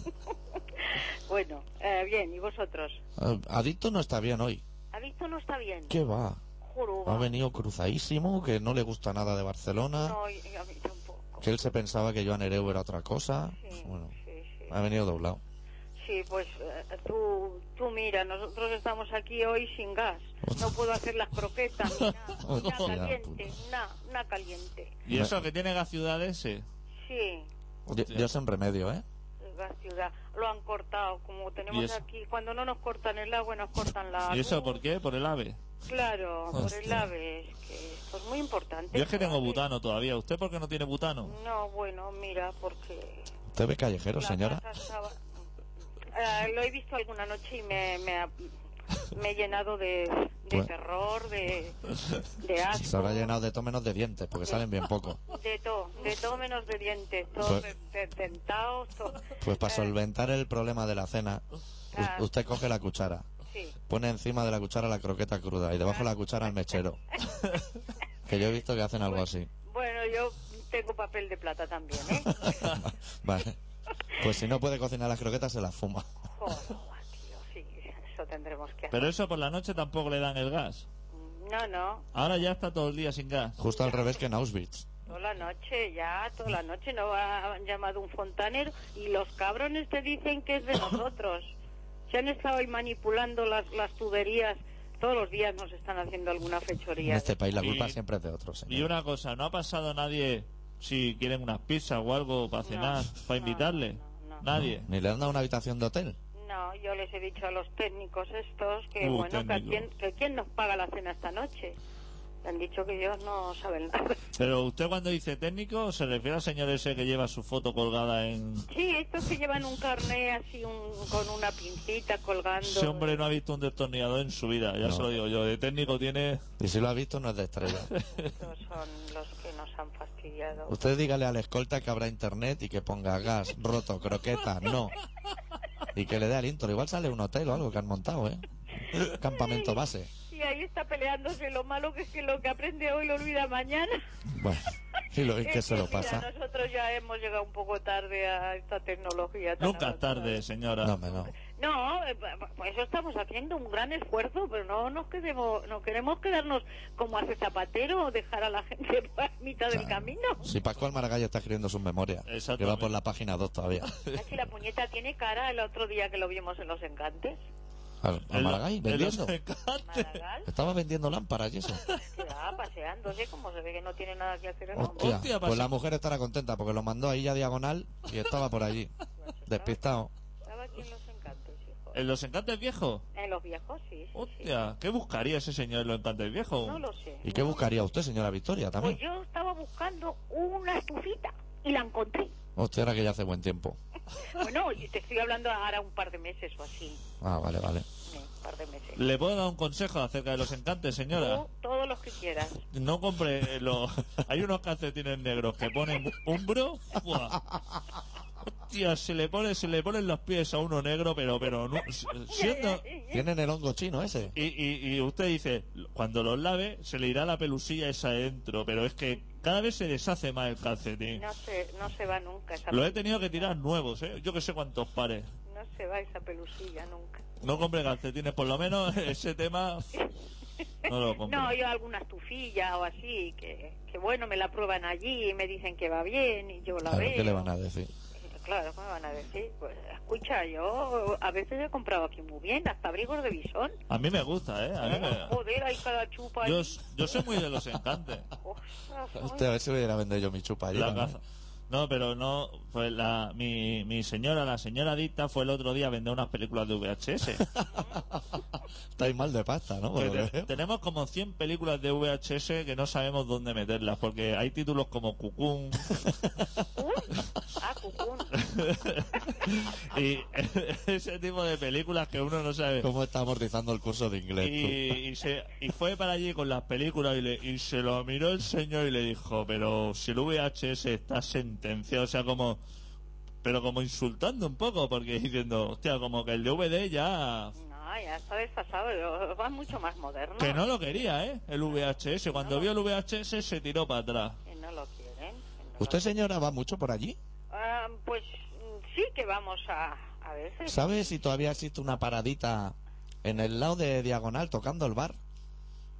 Speaker 6: Bueno, eh, bien, ¿y vosotros?
Speaker 1: Eh, Adicto no está bien hoy.
Speaker 6: ¿Ha visto no está bien?
Speaker 1: ¿Qué va? Ha
Speaker 6: Juro.
Speaker 1: venido cruzadísimo, que no le gusta nada de Barcelona,
Speaker 6: No, y- y a mí tampoco.
Speaker 1: que él se pensaba que Joan Hereu era otra cosa. Pues
Speaker 6: Sí,
Speaker 1: Bueno,
Speaker 6: sí, sí.
Speaker 1: ha venido doblado.
Speaker 6: Sí, pues eh, tú, tú mira, nosotros estamos aquí hoy sin gas. No puedo hacer las croquetas, ni nada. Una
Speaker 1: Hostia,
Speaker 6: caliente,
Speaker 1: puta.
Speaker 6: nada, una caliente.
Speaker 2: Y eso que tiene la ciudad ese.
Speaker 6: Sí,
Speaker 1: Yo, yo sé un remedio, ¿eh?
Speaker 6: el gas ciudad. Lo han cortado, como
Speaker 2: ¿Y
Speaker 6: tenemos
Speaker 2: eso?
Speaker 6: aquí. Cuando no nos cortan el agua, nos cortan la
Speaker 2: ¿Y eso
Speaker 6: luz.
Speaker 2: por qué? Por el ave.
Speaker 6: Claro, por el
Speaker 1: Hostia.
Speaker 6: ave, es que esto es muy importante.
Speaker 2: Yo es que tengo
Speaker 6: ¿sabes?
Speaker 2: butano todavía. ¿Usted por qué no tiene butano?
Speaker 6: No, bueno, mira, porque
Speaker 1: ¿Usted ve callejero,
Speaker 6: La
Speaker 1: señora?
Speaker 6: casa estaba- Ah, lo he visto alguna noche y me, me, ha- me he llenado de, de
Speaker 1: Bueno.
Speaker 6: terror, de, de asco,
Speaker 1: Se habrá llenado de todo menos de dientes, porque salen bien poco.
Speaker 6: de todo, de todo menos de dientes, todo
Speaker 1: Pues-
Speaker 6: de- de- dentado, todo.
Speaker 1: Pues para
Speaker 6: Eh,
Speaker 1: solventar el problema de la cena, u-
Speaker 6: Ah.
Speaker 1: usted coge la cuchara,
Speaker 6: sí.
Speaker 1: pone encima de la cuchara la croqueta cruda y debajo de la cuchara el mechero. Que yo he visto que hacen algo así.
Speaker 6: Bueno, yo tengo papel de plata también, ¿eh?
Speaker 1: Vale. Pues si no puede cocinar las croquetas, se las fuma.
Speaker 6: Joder, tío, sí, eso tendremos que hacer.
Speaker 2: Pero eso por la noche tampoco le dan el gas.
Speaker 6: No, no,
Speaker 2: Ahora ya está todo el día sin gas.
Speaker 1: Justo al revés que en Auschwitz.
Speaker 6: Toda la noche, ya, toda la noche nos han llamado un fontanero y los cabrones te dicen que es de nosotros. Se han estado ahí manipulando las, las tuberías, todos los días nos están haciendo alguna
Speaker 1: En
Speaker 6: fechoría.
Speaker 1: este país la culpa
Speaker 2: Y-
Speaker 1: siempre es de otros.
Speaker 2: Y
Speaker 1: señor.
Speaker 2: una cosa, ¿no ha pasado nadie si quieren unas pizzas o algo para cenar, para invitarle?
Speaker 6: no, no.
Speaker 2: Nadie.
Speaker 1: Ni le han dado una habitación de hotel.
Speaker 6: No, yo les he dicho a los técnicos estos que,
Speaker 2: Uh,
Speaker 6: bueno, que, a
Speaker 2: técnico.
Speaker 6: quién, que quién nos paga la cena esta noche. Le han dicho que ellos no saben nada.
Speaker 2: Pero usted cuando dice técnico, ¿se refiere al señor ese que lleva su foto colgada en...
Speaker 6: Sí, estos que llevan un carné así un- con una pincita colgando.
Speaker 2: Ese hombre no ha visto un destornillador en su vida, ya
Speaker 1: No.
Speaker 2: se lo digo yo. De técnico tiene...
Speaker 1: Y si lo ha visto, no es de estrella.
Speaker 6: Estos son los que nos han fastidiado.
Speaker 1: Usted dígale al escolta que habrá internet y que ponga gas, roto, croqueta, no. Y que le dé al intro. Igual sale un hotel o algo que han montado, ¿eh? Campamento base.
Speaker 6: Y ahí está peleándose lo malo que es que lo que aprende hoy lo olvida mañana.
Speaker 1: Bueno, y lo y que
Speaker 6: Es
Speaker 1: se lo
Speaker 6: mira,
Speaker 1: pasa.
Speaker 6: nosotros ya hemos llegado un poco tarde a esta tecnología. tan
Speaker 2: Nunca es
Speaker 6: avanzada.
Speaker 2: tarde, señora.
Speaker 1: No, hombre, no.
Speaker 6: No, eh, pa- pa- eso estamos haciendo un gran esfuerzo, pero no nos quedemos, no queremos quedarnos como hace Zapatero, dejar a la gente a mitad del
Speaker 1: Claro.
Speaker 6: camino.
Speaker 1: Si Pascual Maragall está escribiendo sus memorias, que va
Speaker 2: Exactamente.
Speaker 1: por la página 2 todavía.
Speaker 6: Si la puñeta tiene cara el otro día que lo vimos en Los Encantes,
Speaker 1: ¿A, a
Speaker 2: En lo-
Speaker 1: Maragall
Speaker 2: en los
Speaker 1: vendiendo?
Speaker 2: encantes.
Speaker 6: Maragall,
Speaker 1: Estaba vendiendo lámparas y eso.
Speaker 6: se va paseándose, como se ve que no tiene nada que hacer en
Speaker 1: Hostia,
Speaker 2: Hostia,
Speaker 1: pues
Speaker 2: pasa-
Speaker 1: la mujer estará contenta porque lo mandó ahí a diagonal y estaba por allí, despistado.
Speaker 6: Estaba aquí en Los Encantes, hijo.
Speaker 2: ¿En los encantes viejos?
Speaker 6: En Los Viejos, sí.
Speaker 2: Oh.
Speaker 6: sí, sí.
Speaker 2: Hostia, ¿qué buscaría ese señor en los encantes viejos?
Speaker 6: No lo sé.
Speaker 1: ¿Y qué buscaría usted, señora Victoria,
Speaker 6: Pues
Speaker 1: también?
Speaker 6: yo estaba buscando una estufita y la encontré.
Speaker 1: Hostia, ahora que ya hace buen tiempo.
Speaker 6: Bueno, y te estoy hablando ahora un par de meses o así.
Speaker 1: Ah, vale, vale.
Speaker 6: sí, Un par de meses.
Speaker 2: ¿Le puedo dar un consejo acerca de los encantes, señora?
Speaker 6: Tú, todos los que quieras.
Speaker 2: No compre los... Hay unos calcetines negros que ponen umbro. ¡buah! Hostia, se le, pone, se le ponen los pies a uno negro, pero... pero no- siendo...
Speaker 1: Tienen el hongo chino ese.
Speaker 2: Y, y- y usted dice, cuando los lave, se le irá la pelusilla esa adentro, pero es que cada vez se deshace más el calcetín.
Speaker 6: No se, no se va nunca esa
Speaker 2: Los he tenido que tirar nuevos, ¿eh? Yo que sé cuántos pares.
Speaker 6: No se va esa pelusilla nunca.
Speaker 2: No compre calcetines, por lo menos ese tema no lo compre.
Speaker 6: No, yo alguna estufilla o así, que, que bueno, me la prueban allí y me dicen que va bien y yo la
Speaker 1: Claro,
Speaker 6: veo. Eh,
Speaker 1: ¿qué le van a decir?
Speaker 6: Claro, ¿qué me van a decir? Pues escucha, yo a veces he comprado aquí muy bien, hasta abrigos de bisón.
Speaker 2: A mí me gusta, ¿eh? A mí me...
Speaker 6: Joder, hay cada chupa
Speaker 2: yo,
Speaker 6: ahí.
Speaker 2: yo soy muy de los encantes.
Speaker 6: Ostras,
Speaker 1: Hostia, a ver si hubiera vendido yo mi chupa allí.
Speaker 2: La
Speaker 1: también.
Speaker 2: caza- No, pero no, pues la, mi, mi señora, la señora Dicta, fue el otro día a vender unas películas de VHS.
Speaker 1: Estáis mal de pasta, ¿no? Por
Speaker 2: Que
Speaker 1: lo que
Speaker 2: te-
Speaker 1: veo.
Speaker 2: tenemos como 100 películas de VHS que no sabemos dónde meterlas, porque hay títulos como Cucún
Speaker 6: uy, ah, cucún.
Speaker 2: y ese tipo de películas que uno no sabe.
Speaker 1: ¿Cómo está amortizando el curso de inglés?
Speaker 2: Y, y se- y fue para allí con las películas y, le- y se lo miró el señor y le dijo, pero si el VHS está sentenciado, o sea, como... Pero como insultando un poco, porque diciendo, hostia, como que el DVD ya...
Speaker 6: No, ya está desfasado, yo- va mucho más moderno.
Speaker 2: Que no lo quería, ¿eh? El VHS. Cuando vio el VHS se tiró para atrás.
Speaker 6: Que no lo quieren. que no lo
Speaker 1: ¿Usted, señora, va mucho por allí?
Speaker 6: Ah, pues mm, sí que vamos a, a veces.
Speaker 1: ¿Sabe si todavía existe una paradita en el lado de Diagonal tocando el bar?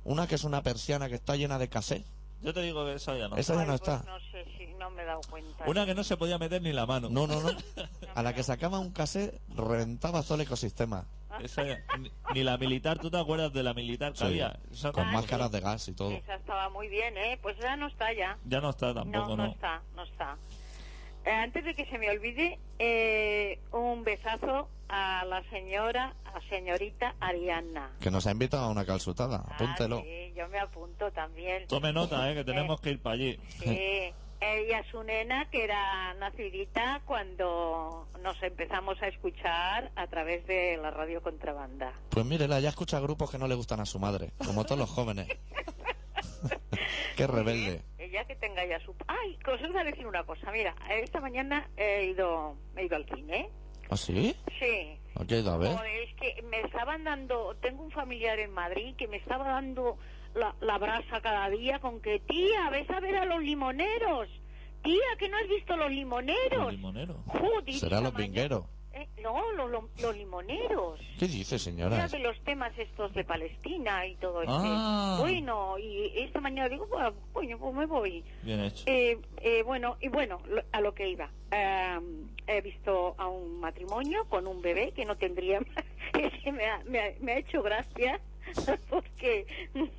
Speaker 1: Una que es una persiana que está llena de cassette.
Speaker 2: Yo te digo que esa ya no.
Speaker 1: Esa ya
Speaker 6: Ay,
Speaker 1: no
Speaker 6: pues
Speaker 1: está.
Speaker 6: no sé si no me he dado cuenta.
Speaker 2: Una que no se podía meter ni la mano.
Speaker 1: No, no, no. A la que sacaba un cassette, reventaba todo el ecosistema.
Speaker 2: Esa ya- ni, ni la militar, ¿tú te acuerdas de la militar que
Speaker 1: Sí,
Speaker 2: había? Esa
Speaker 1: Con
Speaker 2: tampoco-
Speaker 1: máscaras de gas y todo.
Speaker 6: Esa estaba muy bien, ¿eh? Pues ya no está ya.
Speaker 2: Ya no está tampoco,
Speaker 6: No, no,
Speaker 2: ¿no?
Speaker 6: está, no está. Eh, antes de que se me olvide, eh, un besazo a la señora, a señorita Ariana.
Speaker 1: Que nos ha invitado a una calzutada. Apúntelo.
Speaker 6: Ah, sí, yo me apunto también.
Speaker 2: Tome nota, ¿eh? Que tenemos
Speaker 6: Eh,
Speaker 2: que ir para allí.
Speaker 6: Sí. Eh, Ella es una nena que era nacidita cuando nos empezamos a escuchar a través de la radio contrabanda.
Speaker 1: Pues mírela, ya escucha grupos que no le gustan a su madre. Como todos los jóvenes. Qué rebelde.
Speaker 6: Ella que tenga ya su... Ay, que os voy a decir una cosa. Mira, esta mañana he ido, he ido al cine.
Speaker 1: ¿Ah, sí?
Speaker 6: Sí.
Speaker 1: ¿A qué ha ido a ver?
Speaker 6: Joder, es que me estaban dando... Tengo un familiar en Madrid que me estaba dando la, la brasa cada día con que, tía, ves a ver a los limoneros. Tía, que no has visto los
Speaker 2: El
Speaker 6: limoneros.
Speaker 2: limonero.
Speaker 6: Joder,
Speaker 1: Será
Speaker 6: esta
Speaker 1: los
Speaker 6: mañana-
Speaker 1: vingueros.
Speaker 6: Eh, no, los, los- los limoneros.
Speaker 1: ¿Qué dice,
Speaker 6: Era
Speaker 1: señora?
Speaker 6: de los temas estos de Palestina y todo este eso.
Speaker 2: Ah.
Speaker 6: Bueno, y esta mañana digo, "Bueno, coño, pues me voy.
Speaker 2: Bien hecho.
Speaker 6: Eh, eh, bueno, y bueno, lo- a lo que iba. Eh, he visto a un matrimonio con un bebé que no tendría más. Es que me ha, me ha- me ha hecho gracia porque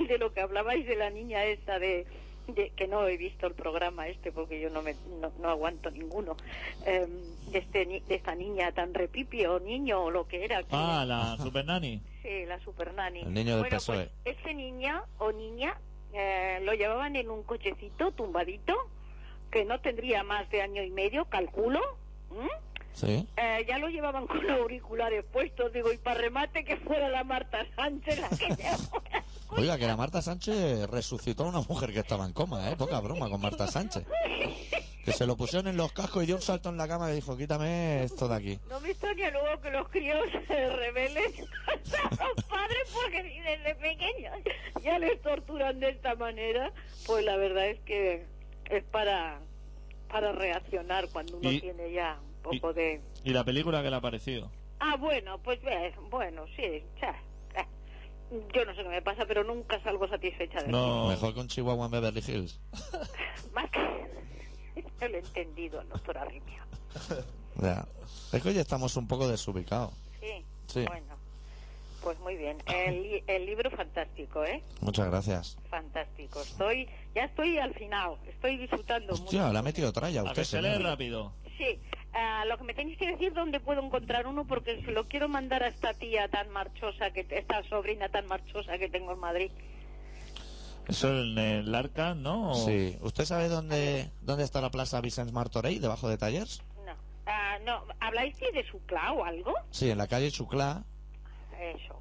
Speaker 6: de lo que hablabais de la niña esta de, de- que no he visto el programa este porque yo no me no, no aguanto ninguno eh, de este ni- de esta niña tan repipi o niño o lo que era que-
Speaker 2: Ah, la Super Nani.
Speaker 6: Sí, la super nani.
Speaker 1: El niño del
Speaker 6: bueno,
Speaker 1: PSOE.
Speaker 6: Pues, ese niña o niña eh, lo llevaban en un cochecito tumbadito que no tendría más de año y medio, calculo. ¿m?
Speaker 1: Sí.
Speaker 6: Eh, ya lo llevaban con auriculares puestos, digo, y para remate que fuera la Marta Sánchez la que llevaba.
Speaker 1: Oiga, que la Marta Sánchez resucitó a una mujer que estaba en coma, ¿eh? Poca broma con Marta Sánchez. Que se lo pusieron en los cascos y dio un salto en la cama y dijo, quítame esto de aquí.
Speaker 6: No me extraña luego que los críos se rebelen a los padres porque si desde pequeños
Speaker 8: ya les torturan de esta manera, pues la verdad es que es para, para reaccionar cuando uno
Speaker 2: Y-
Speaker 8: tiene ya un poco
Speaker 2: y-
Speaker 8: de...
Speaker 2: ¿Y la película que le ha parecido?
Speaker 8: Ah, bueno, pues eh, bueno, sí, cha, cha. Yo no sé qué me pasa, pero nunca salgo satisfecha de mí.
Speaker 2: No.
Speaker 1: Mejor que un chihuahua en Beverly Hills.
Speaker 8: Más que... No lo he entendido, doctora Rimio.
Speaker 1: Ya. Es que hoy estamos un poco desubicados.
Speaker 6: Sí,
Speaker 1: Sí.
Speaker 6: bueno. Pues muy bien. El, li- el libro fantástico, ¿eh?
Speaker 1: Muchas gracias.
Speaker 6: Fantástico. Estoy, ya estoy al final. Estoy disfrutando
Speaker 1: Hostia,
Speaker 6: mucho.
Speaker 1: le ha metido tralla a
Speaker 2: A
Speaker 1: usted,
Speaker 2: que se lee
Speaker 1: señor.
Speaker 2: rápido.
Speaker 6: Sí. Ah, lo que me tenéis que decir dónde puedo encontrar uno porque se lo quiero mandar a esta tía tan marchosa que esta sobrina tan marchosa que tengo en Madrid.
Speaker 2: Eso en el arca, ¿no? Oh.
Speaker 1: Sí. ¿Usted sabe dónde, dónde está la plaza Vicens Martorey, debajo de Tallers?
Speaker 6: No. Ah, no, ¿habláis de su clau o algo? Eh,
Speaker 1: Sí, en la calle Chuclá,
Speaker 6: Eso.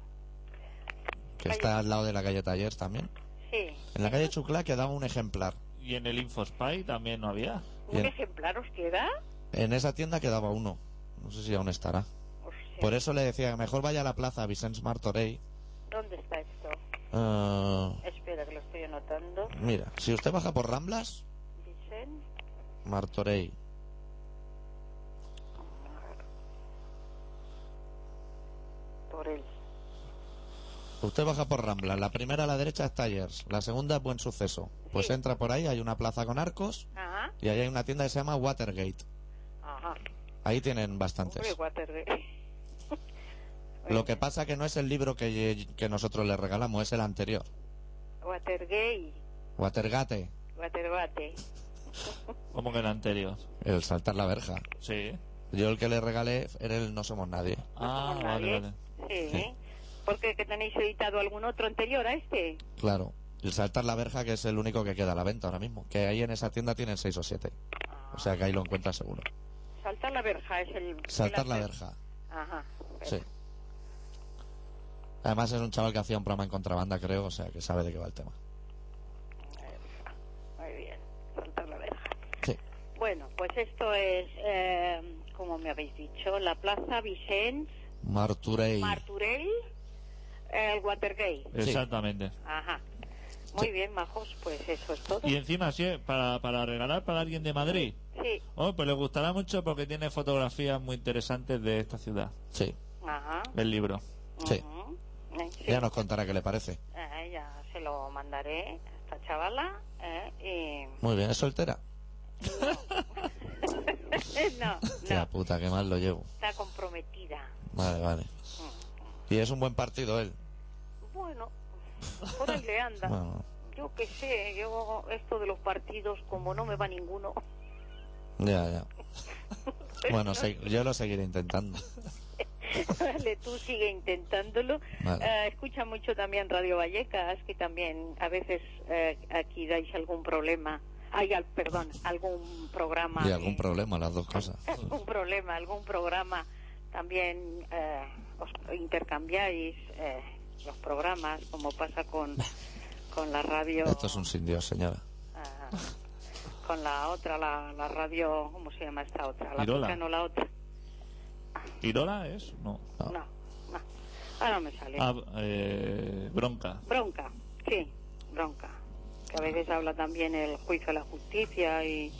Speaker 1: que está al lado de la calle Tallers también.
Speaker 6: Sí.
Speaker 1: En la calle Chuclá quedaba un ejemplar.
Speaker 2: Y en el InfoSpy también no había.
Speaker 6: ¿Un
Speaker 1: Bien.
Speaker 6: ejemplar os queda?
Speaker 1: En esa tienda quedaba uno. No sé si aún estará.
Speaker 6: O sea,
Speaker 1: Por eso le decía que mejor vaya a la plaza Vicens Martorey.
Speaker 6: ¿Dónde está esto?
Speaker 1: Eh,
Speaker 6: Espera, que lo estoy anotando.
Speaker 1: mira, si usted baja por Ramblas,
Speaker 6: Vicente.
Speaker 1: Martorey.
Speaker 6: por él.
Speaker 1: Usted baja por Ramblas. La primera a la derecha es Tallers. La segunda es Buen Suceso. Pues entra por ahí, hay una plaza con arcos
Speaker 6: Ajá,
Speaker 1: y ahí hay una tienda que se llama Watergate.
Speaker 6: ajá.
Speaker 1: Ahí tienen
Speaker 6: Hombre, eh.
Speaker 1: bastantes.
Speaker 6: Watergate.
Speaker 1: Lo que pasa que no es el libro que, que nosotros le regalamos, es el anterior.
Speaker 6: Watergate,
Speaker 1: Watergate,
Speaker 6: Watergate.
Speaker 2: Como que el anterior.
Speaker 1: el saltar la verja.
Speaker 2: Sí.
Speaker 1: Yo el que le regalé era el No somos nadie.
Speaker 2: Ah,
Speaker 6: somos
Speaker 2: vale,
Speaker 6: nadie.
Speaker 2: vale.
Speaker 6: Sí,
Speaker 1: Sí.
Speaker 6: ¿eh? Porque que tenéis editado algún otro anterior a este.
Speaker 1: Claro. El saltar la verja que es el único que queda a la venta ahora mismo. Que ahí en esa tienda tienen seis o siete. O sea que ahí lo encuentras seguro.
Speaker 6: Saltar la verja es el.
Speaker 1: Saltar
Speaker 6: el
Speaker 1: la
Speaker 6: hacer-
Speaker 1: verja.
Speaker 6: Ajá.
Speaker 1: Sí. Además es un chaval que hacía un programa en contrabanda, creo, o sea que sabe de qué va el tema.
Speaker 6: Muy bien, saltar la verja.
Speaker 1: Sí.
Speaker 6: Bueno, pues esto es, eh, como me habéis dicho, la Plaza Vicens,
Speaker 1: Marturey.
Speaker 6: Marturell, el Watergate.
Speaker 2: Exactamente.
Speaker 6: Ajá. Muy
Speaker 1: Sí.
Speaker 6: bien, majos, pues eso es todo.
Speaker 2: Y encima, sí, para, para regalar para alguien de Madrid.
Speaker 6: Sí,
Speaker 2: Oh, pues le gustará mucho porque tiene fotografías muy interesantes de esta ciudad.
Speaker 1: Sí.
Speaker 6: ajá.
Speaker 2: El libro.
Speaker 1: Sí.
Speaker 6: ujú. Eh, sí.
Speaker 1: Ya nos contará qué le parece.
Speaker 6: Eh, ya se lo mandaré a eh, esta chavala. eh,
Speaker 1: Muy bien, ¿es soltera?
Speaker 6: y... eh, no,
Speaker 1: Tía
Speaker 6: no,
Speaker 1: puta, qué mal lo llevo.
Speaker 6: está comprometida.
Speaker 1: Vale, vale. Y es un buen partido él.
Speaker 6: Bueno, por ahí le anda.
Speaker 1: Bueno,
Speaker 6: Yo qué sé, yo esto de los partidos, como no me va ninguno,
Speaker 1: ya, ya. Bueno, se- yo lo seguiré intentando.
Speaker 6: vale, tú sigue intentándolo.
Speaker 1: Vale.
Speaker 6: Eh, escucha mucho también Radio Vallecas, que también a veces eh, aquí dais algún problema. Ay, al- perdón, algún programa.
Speaker 1: Y
Speaker 6: que-
Speaker 1: algún problema, las dos cosas.
Speaker 6: algún problema, algún programa también eh, os intercambiáis eh, los programas como pasa con con la radio
Speaker 1: Esto es un sin Dios, señora.
Speaker 6: ah, con la otra la, la radio ¿cómo se llama esta otra? La
Speaker 2: Irola.
Speaker 6: otra no la otra
Speaker 2: ¿Irola es? No.
Speaker 1: No.
Speaker 6: no, no. ahora me sale
Speaker 2: Ah, eh, bronca.
Speaker 6: bronca sí bronca que a veces habla también el juicio a la justicia y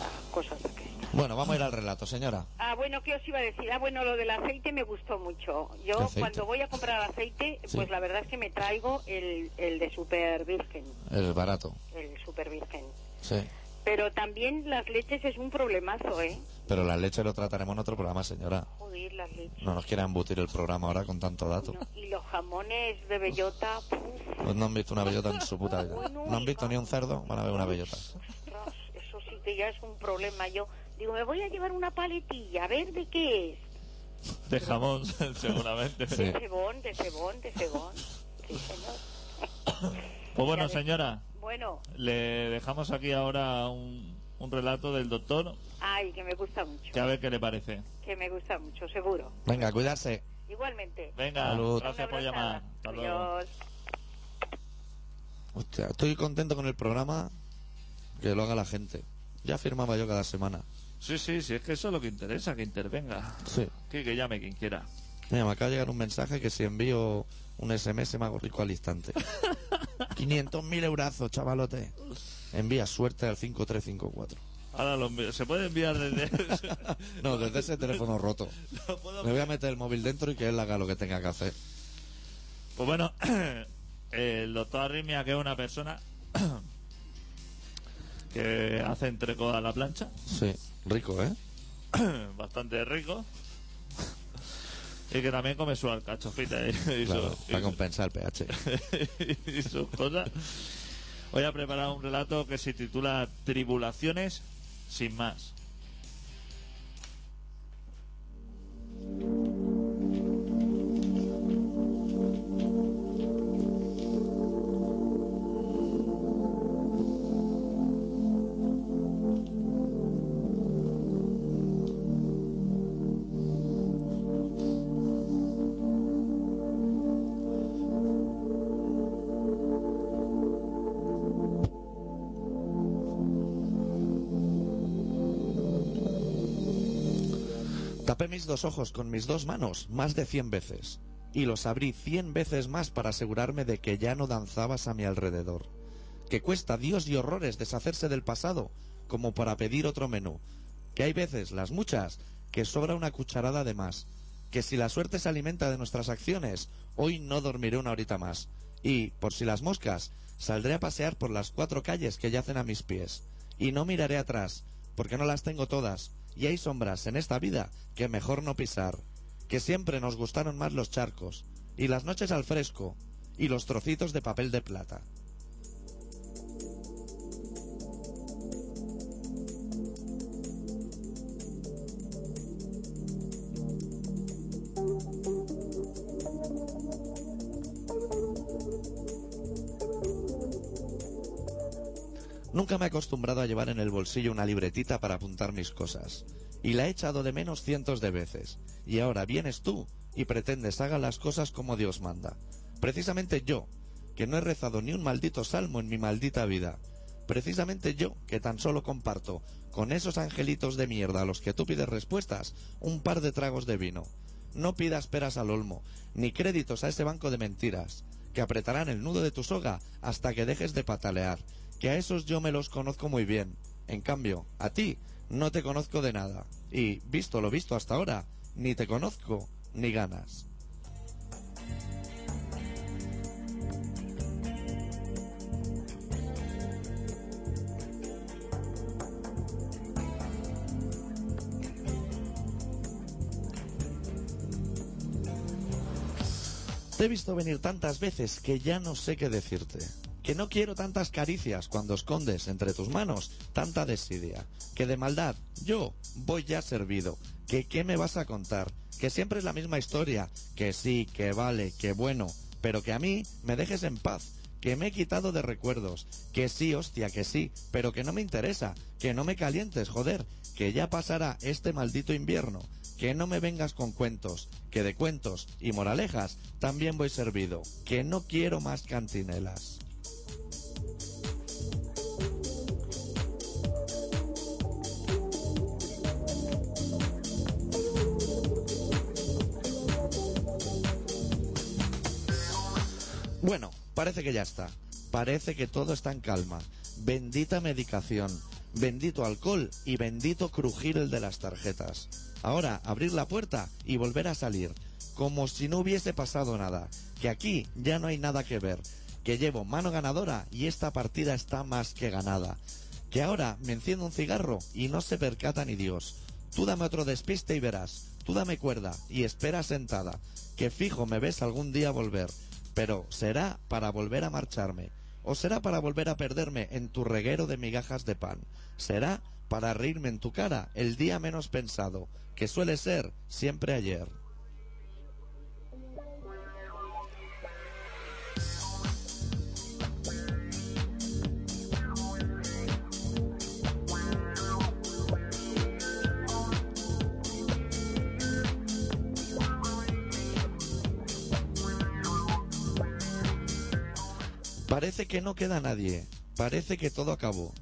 Speaker 6: ah, cosas de que
Speaker 1: Bueno, vamos a ir al relato, señora.
Speaker 6: Ah, bueno, ¿qué os iba a decir? Ah, bueno, lo del aceite me gustó mucho. Yo
Speaker 1: ¿Qué aceite?
Speaker 6: cuando voy a comprar aceite,
Speaker 1: Sí.
Speaker 6: pues la verdad es que me traigo el, el de super virgen,
Speaker 1: Es barato.
Speaker 6: el super virgen.
Speaker 1: Sí.
Speaker 6: Pero también las leches es un problemazo, ¿eh?
Speaker 1: Pero la leche lo trataremos en otro programa, señora.
Speaker 6: Joder, las leches.
Speaker 1: No nos quiera embutir el programa ahora con tanto dato.
Speaker 6: No, y los jamones de bellota, puf,
Speaker 1: Pues no han visto una bellota en su puta vida. No han visto ni un cerdo, van a ver una bellota.
Speaker 6: ostras, eso sí que ya es un problema. Yo digo, me voy a llevar una paletilla, a ver de qué es.
Speaker 2: De jamón, seguramente.
Speaker 1: Sí.
Speaker 6: De cebón, de cebón, de cebón. Sí, señor.
Speaker 2: Pues bueno, señora,
Speaker 6: Bueno,
Speaker 2: le dejamos aquí ahora un, un relato del doctor
Speaker 6: ay, que me gusta mucho,
Speaker 2: que a ver qué le parece.
Speaker 6: que me gusta mucho, seguro.
Speaker 1: Venga, cuidarse.
Speaker 6: Igualmente.
Speaker 2: Venga,
Speaker 1: Salud.
Speaker 2: gracias por
Speaker 6: Un abrazo.
Speaker 2: llamar. Hasta luego.
Speaker 6: Adiós.
Speaker 1: Hostia, estoy contento con el programa. Que lo haga la gente. Ya firmaba yo cada semana.
Speaker 2: Sí, sí, sí, es que eso es lo que interesa, que intervenga.
Speaker 1: Sí.
Speaker 2: Que, que llame quien quiera.
Speaker 1: Mira, me acaba de llegar un mensaje que si envío un SMS me hago rico al instante. 500.000 eurazos, chavalote. Envía suerte al 5354.
Speaker 2: Ahora lo envi- se puede enviar desde...
Speaker 1: No, desde ese teléfono roto.
Speaker 2: Lo puedo-
Speaker 1: Le voy a meter el móvil dentro y que él haga lo que tenga que hacer.
Speaker 2: Pues bueno, el doctor Arritmia, que es una persona que hace entrecot a la plancha,
Speaker 1: Sí, rico, ¿eh?
Speaker 2: bastante rico, y que también come su alcachofita y, y su-
Speaker 1: Claro,
Speaker 2: y
Speaker 1: para
Speaker 2: su-
Speaker 1: compensar el pH.
Speaker 2: y sus cosas. Hoy ha preparado un relato que se titula Tribulaciones sin más.
Speaker 1: Tapé mis dos ojos con mis dos manos más de 100 veces y los abrí 100 veces más para asegurarme de que ya no danzabas a mi alrededor. Que cuesta Dios y horrores deshacerse del pasado como para pedir otro menú. Que hay veces, las muchas, que sobra una cucharada de más. Que si la suerte se alimenta de nuestras acciones, hoy no dormiré una horita más. Y, por si las moscas, saldré a pasear por las cuatro calles que yacen a mis pies. Y no miraré atrás, porque no las tengo todas, y hay sombras en esta vida que mejor no pisar, que siempre nos gustaron más los charcos, y las noches al fresco, y los trocitos de papel de plata. Nunca me he acostumbrado a llevar en el bolsillo una libretita para apuntar mis cosas. Y la he echado de menos cientos de veces. Y ahora vienes tú y pretendes haga las cosas como Dios manda. Precisamente yo, que no he rezado ni un maldito salmo en mi maldita vida. Precisamente yo, que tan solo comparto con esos angelitos de mierda a los que tú pides respuestas, un par de tragos de vino. No pidas peras al olmo, ni créditos a ese banco de mentiras, que apretarán el nudo de tu soga hasta que dejes de patalear, que a esos yo me los conozco muy bien. En cambio, a ti no te conozco de nada, y, visto lo visto hasta ahora, ni te conozco ni ganas. Te he visto venir tantas veces que ya no sé qué decirte. Que no quiero tantas caricias cuando escondes entre tus manos tanta desidia. Que de maldad, yo voy ya servido. Que qué me vas a contar. Que siempre es la misma historia. Que sí, que vale, que bueno. Pero que a mí me dejes en paz. Que me he quitado de recuerdos. Que sí, hostia, que sí. Pero que no me interesa. Que no me calientes, joder. Que ya pasará este maldito invierno que no me vengas con cuentos, que de cuentos y moralejas también voy servido, que no quiero más cantinelas. Bueno, parece que ya está. Parece que todo está en calma. Bendita medicación, bendito alcohol y bendito crujir el de las tarjetas. Ahora, abrir la puerta y volver a salir, como si no hubiese pasado nada, que aquí ya no hay nada que ver, que llevo mano ganadora y esta partida está más que ganada, que ahora me enciendo un cigarro y no se percata ni Dios. Tú dame otro despiste y verás, tú dame cuerda y espera sentada, que fijo me ves algún día volver, pero será para volver a marcharme, o será para volver a perderme en tu reguero de migajas de pan, será para reírme en tu cara el día menos pensado, que suele ser siempre ayer. Parece que no queda nadie, parece que todo acabó.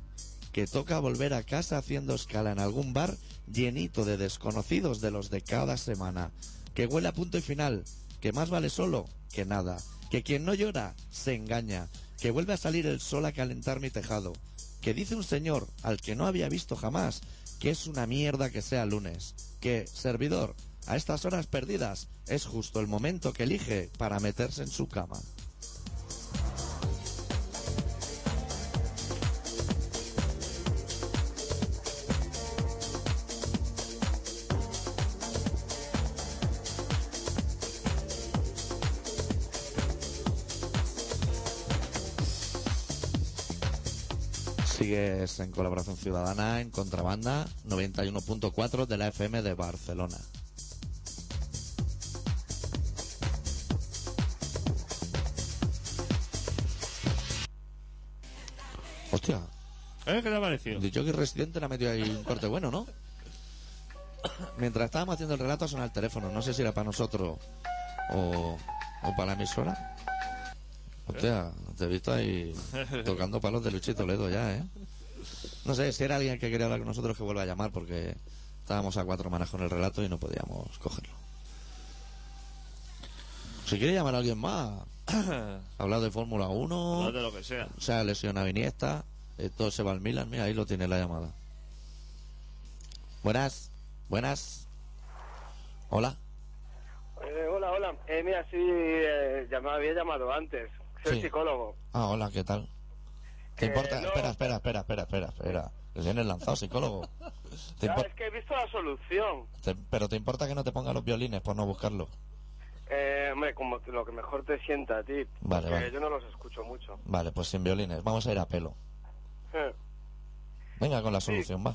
Speaker 1: que toca volver a casa haciendo escala en algún bar llenito de desconocidos de los de cada semana. Que huele a punto y final, que más vale solo que nada. Que quien no llora se engaña. Que vuelve a salir el sol a calentar mi tejado. Que dice un señor al que no había visto jamás que es una mierda que sea lunes. Que, servidor, a estas horas perdidas es justo el momento que elige para meterse en su cama. Sigues en Colaboración Ciudadana en Contrabanda 91.4 de la FM de Barcelona. Hostia,
Speaker 2: ¿Eh? ¿Qué te ha parecido?
Speaker 1: dicho que Residente le ha metido ahí un corte bueno, ¿no? Mientras estábamos haciendo el relato sonaba el teléfono. No sé si era para nosotros o, o para la emisora. Hostia, te he visto ahí tocando palos de Luchito Toledo ya, ¿eh? No sé, si era alguien que quería hablar con nosotros que vuelva a llamar porque estábamos a cuatro manos con el relato y no podíamos cogerlo. Si quiere llamar a alguien más, hablar de Fórmula 1,
Speaker 2: Date Pues lo que sea.
Speaker 1: se ha lesionado Iniesta, esto se va al Milan, mira, ahí lo tiene la llamada. Buenas, buenas. Hola.
Speaker 4: Eh, hola, hola. Eh, mira, sí, eh, ya me había llamado antes. Soy
Speaker 1: Sí.
Speaker 4: psicólogo.
Speaker 1: Ah, hola, ¿qué tal? ¿Te
Speaker 4: Eh,
Speaker 1: importa?
Speaker 4: no.
Speaker 1: Espera, espera, espera, espera, espera, espera. Que tienes lanzado, psicólogo. ¿Te
Speaker 4: Ya,
Speaker 1: impor-
Speaker 4: es que he visto la solución.
Speaker 1: te- pero ¿te importa que no te ponga los violines por no buscarlo?
Speaker 4: Eh, hombre, como lo que mejor te sienta a ti.
Speaker 1: Vale,
Speaker 4: porque
Speaker 1: vale.
Speaker 4: Yo no los escucho mucho.
Speaker 1: Vale, pues sin violines. Vamos a ir a pelo.
Speaker 4: Eh,
Speaker 1: Venga con la solución, va.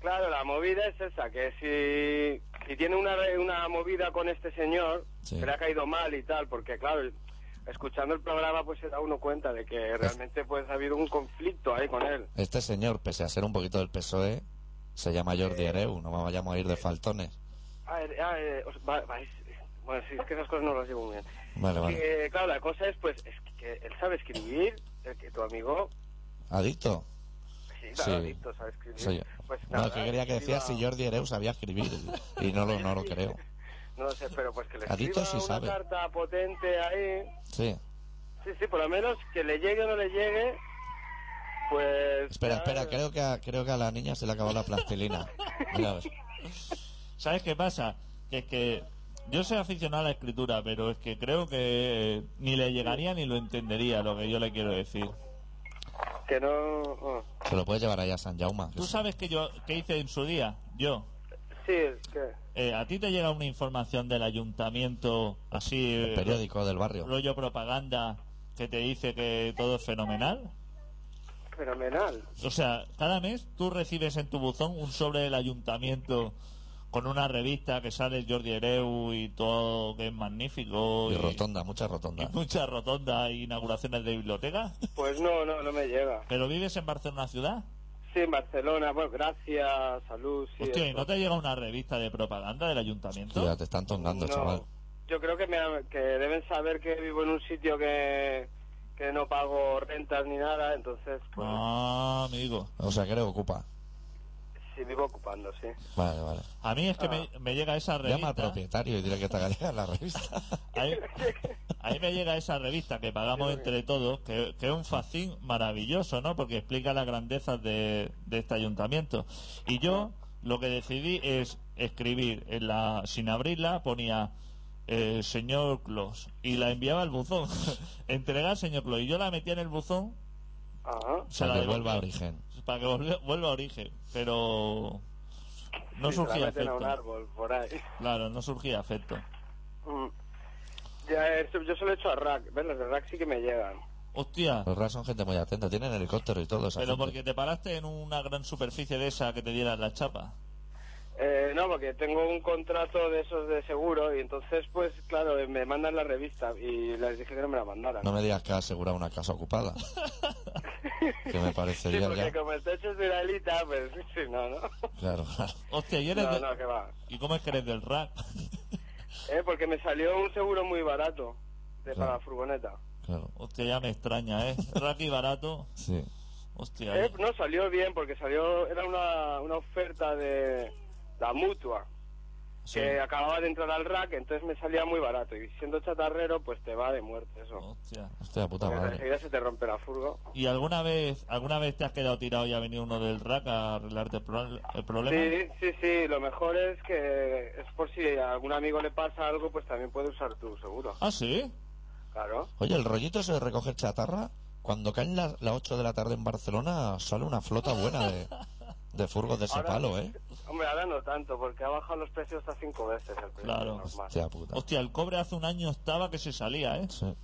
Speaker 4: Claro, la movida es esa, que si, si tiene una, re- una movida con este señor,
Speaker 1: Sí.
Speaker 4: que le ha caído mal y tal, porque claro, el- escuchando el programa pues se da uno cuenta de que realmente pues ha habido un conflicto ahí con él.
Speaker 1: Este señor, pese a ser un poquito del PSOE, E, se llama Jordi
Speaker 4: Eh,
Speaker 1: Ereu. No vayamos a ir de faltones.
Speaker 4: Ah, eh, ah, eh, os- va- vais- bueno, sí, es que esas cosas no las llevo muy bien.
Speaker 1: Vale, Ah, vale.
Speaker 4: Que, claro, la cosa es pues es que él sabe escribir, el que tu amigo,
Speaker 1: ¿Adicto?
Speaker 4: sí, claro,
Speaker 1: Sí.
Speaker 4: adicto, sabe escribir.
Speaker 1: Soy yo.
Speaker 4: Pues
Speaker 1: No,
Speaker 4: nada,
Speaker 1: que quería que decía
Speaker 4: escriba-
Speaker 1: si Jordi Ereu sabía escribir. Y no lo, no lo creo.
Speaker 4: No lo sé, pero pues que le
Speaker 1: Adicto
Speaker 4: escriba
Speaker 1: sí
Speaker 4: una
Speaker 1: sabe.
Speaker 4: carta potente ahí.
Speaker 1: Sí.
Speaker 4: Sí, sí, por lo menos que le llegue o no le llegue, pues...
Speaker 1: Espera,
Speaker 4: ya-
Speaker 1: espera, creo que a, creo que a la niña se le acabó la plastilina. Mira, pues, a ver.
Speaker 2: ¿Sabes qué pasa? Que es que yo soy aficionado a la escritura, pero es que creo que ni le llegaría ni lo entendería lo que yo le quiero decir.
Speaker 4: Que no... oh.
Speaker 1: Se lo puedes llevar allá a San Jaume. que
Speaker 2: ¿Tú
Speaker 1: sí.
Speaker 2: sabes que yo qué hice en su día? Yo.
Speaker 4: Sí, es que...
Speaker 2: Eh, ¿A ti te llega una información del ayuntamiento así,
Speaker 1: El
Speaker 2: eh,
Speaker 1: periódico del barrio.
Speaker 2: rollo propaganda, que te dice que todo es fenomenal?
Speaker 4: Fenomenal.
Speaker 2: O sea, cada mes tú recibes en tu buzón un sobre del ayuntamiento con una revista que sale Jordi Ereu y todo que es magnífico.
Speaker 1: Y rotonda, mucha rotonda.
Speaker 2: y muchas rotondas e inauguraciones de biblioteca.
Speaker 4: Pues no, no, no me llega.
Speaker 2: Pero vives en Barcelona ciudad.
Speaker 4: Sí, en Barcelona, bueno, gracias, salud, sí...
Speaker 2: Hostia, ¿y
Speaker 4: eso.
Speaker 2: no te llega una revista de propaganda del ayuntamiento?
Speaker 1: Tía, te están tongando,
Speaker 4: No.
Speaker 1: chaval.
Speaker 4: Yo creo que, me, ha- que deben saber que vivo en un sitio que, que no pago rentas ni nada, entonces, pues,
Speaker 2: Ah, amigo.
Speaker 1: O sea, que le ocupa.
Speaker 4: sí vivo ocupando, sí.
Speaker 1: Vale, vale.
Speaker 2: A mí es que me, me llega esa
Speaker 1: Llama
Speaker 2: revista.
Speaker 1: al propietario y dile que te haga la revista.
Speaker 2: A mí, a mí me llega esa revista que pagamos entre todos, que, que es un facín maravilloso, ¿no? Porque explica las grandezas de, de este ayuntamiento. Y yo lo que decidí es escribir en la sin abrirla ponía eh, señor Clos y la enviaba al buzón. Entregar señor Clos y yo la metía en el buzón
Speaker 4: Ajá.
Speaker 1: O sea,
Speaker 2: la
Speaker 1: que
Speaker 2: devolvía.
Speaker 1: vuelva a origen.
Speaker 2: para que volve- vuelva a origen, pero no
Speaker 4: Sí, se la
Speaker 2: surgía
Speaker 4: meten a un
Speaker 2: efecto.
Speaker 4: árbol, por ahí.
Speaker 2: Claro, no surgía efecto.
Speaker 4: Mm. Ya, eso, yo se lo he hecho a Rack, ¿ves? Los de Rack sí que me llegan.
Speaker 2: Hostia,
Speaker 1: Los RAS son gente muy atenta. Tienen helicóptero y todo. esa
Speaker 2: pero
Speaker 1: gente.
Speaker 2: porque te paraste en una gran superficie de esa que te diera la chapa.
Speaker 4: Eh, no, porque tengo un contrato de esos de seguro y entonces, pues, claro, eh, me mandan la revista y les dije que no me la mandaran.
Speaker 1: No me digas que has asegurado una casa ocupada. que me
Speaker 4: sí,
Speaker 1: parecería
Speaker 4: porque
Speaker 1: ya.
Speaker 4: como el techo es de una alita, pues, sí, no, no.
Speaker 1: Claro, claro.
Speaker 2: Hostia, ¿y eres
Speaker 4: No,
Speaker 2: de-
Speaker 4: no, que va.
Speaker 2: ¿Y cómo es que eres del rack?
Speaker 4: Eh, porque me salió un seguro muy barato de,
Speaker 1: Claro.
Speaker 4: para la furgoneta.
Speaker 1: claro.
Speaker 2: Hostia, ya me extraña, ¿eh? Rack y barato.
Speaker 1: Sí.
Speaker 2: Hostia.
Speaker 4: Eh, no, salió bien porque salió, era una, una oferta de la mutua
Speaker 2: sí.
Speaker 4: que acababa de entrar al rack, entonces me salía muy barato. Y siendo chatarrero, pues te va de muerte eso.
Speaker 2: Hostia. Hostia, puta
Speaker 4: Porque
Speaker 2: madre.
Speaker 4: enseguida se te rompe la furgo.
Speaker 2: ¿Y alguna vez alguna vez te has quedado tirado y ha venido uno del rack a arreglarte el, pro- el problema?
Speaker 4: Sí, sí, sí, lo mejor es que es por si a algún amigo le pasa algo, pues también puede usar tú, seguro.
Speaker 2: Ah, sí.
Speaker 4: Claro.
Speaker 1: Oye, el rollito se recoge chatarra. Cuando caen las las 8 de la tarde en Barcelona, sale una flota buena de, de furgos de ese
Speaker 4: Ahora-
Speaker 1: palo, ¿eh?
Speaker 4: Hombre, ahora no tanto, porque ha bajado los precios hasta cinco veces el precio
Speaker 2: Claro.
Speaker 4: normal.
Speaker 1: Hostia puta.
Speaker 2: Hostia, el cobre hace un año estaba que se salía, ¿eh?
Speaker 1: Sí.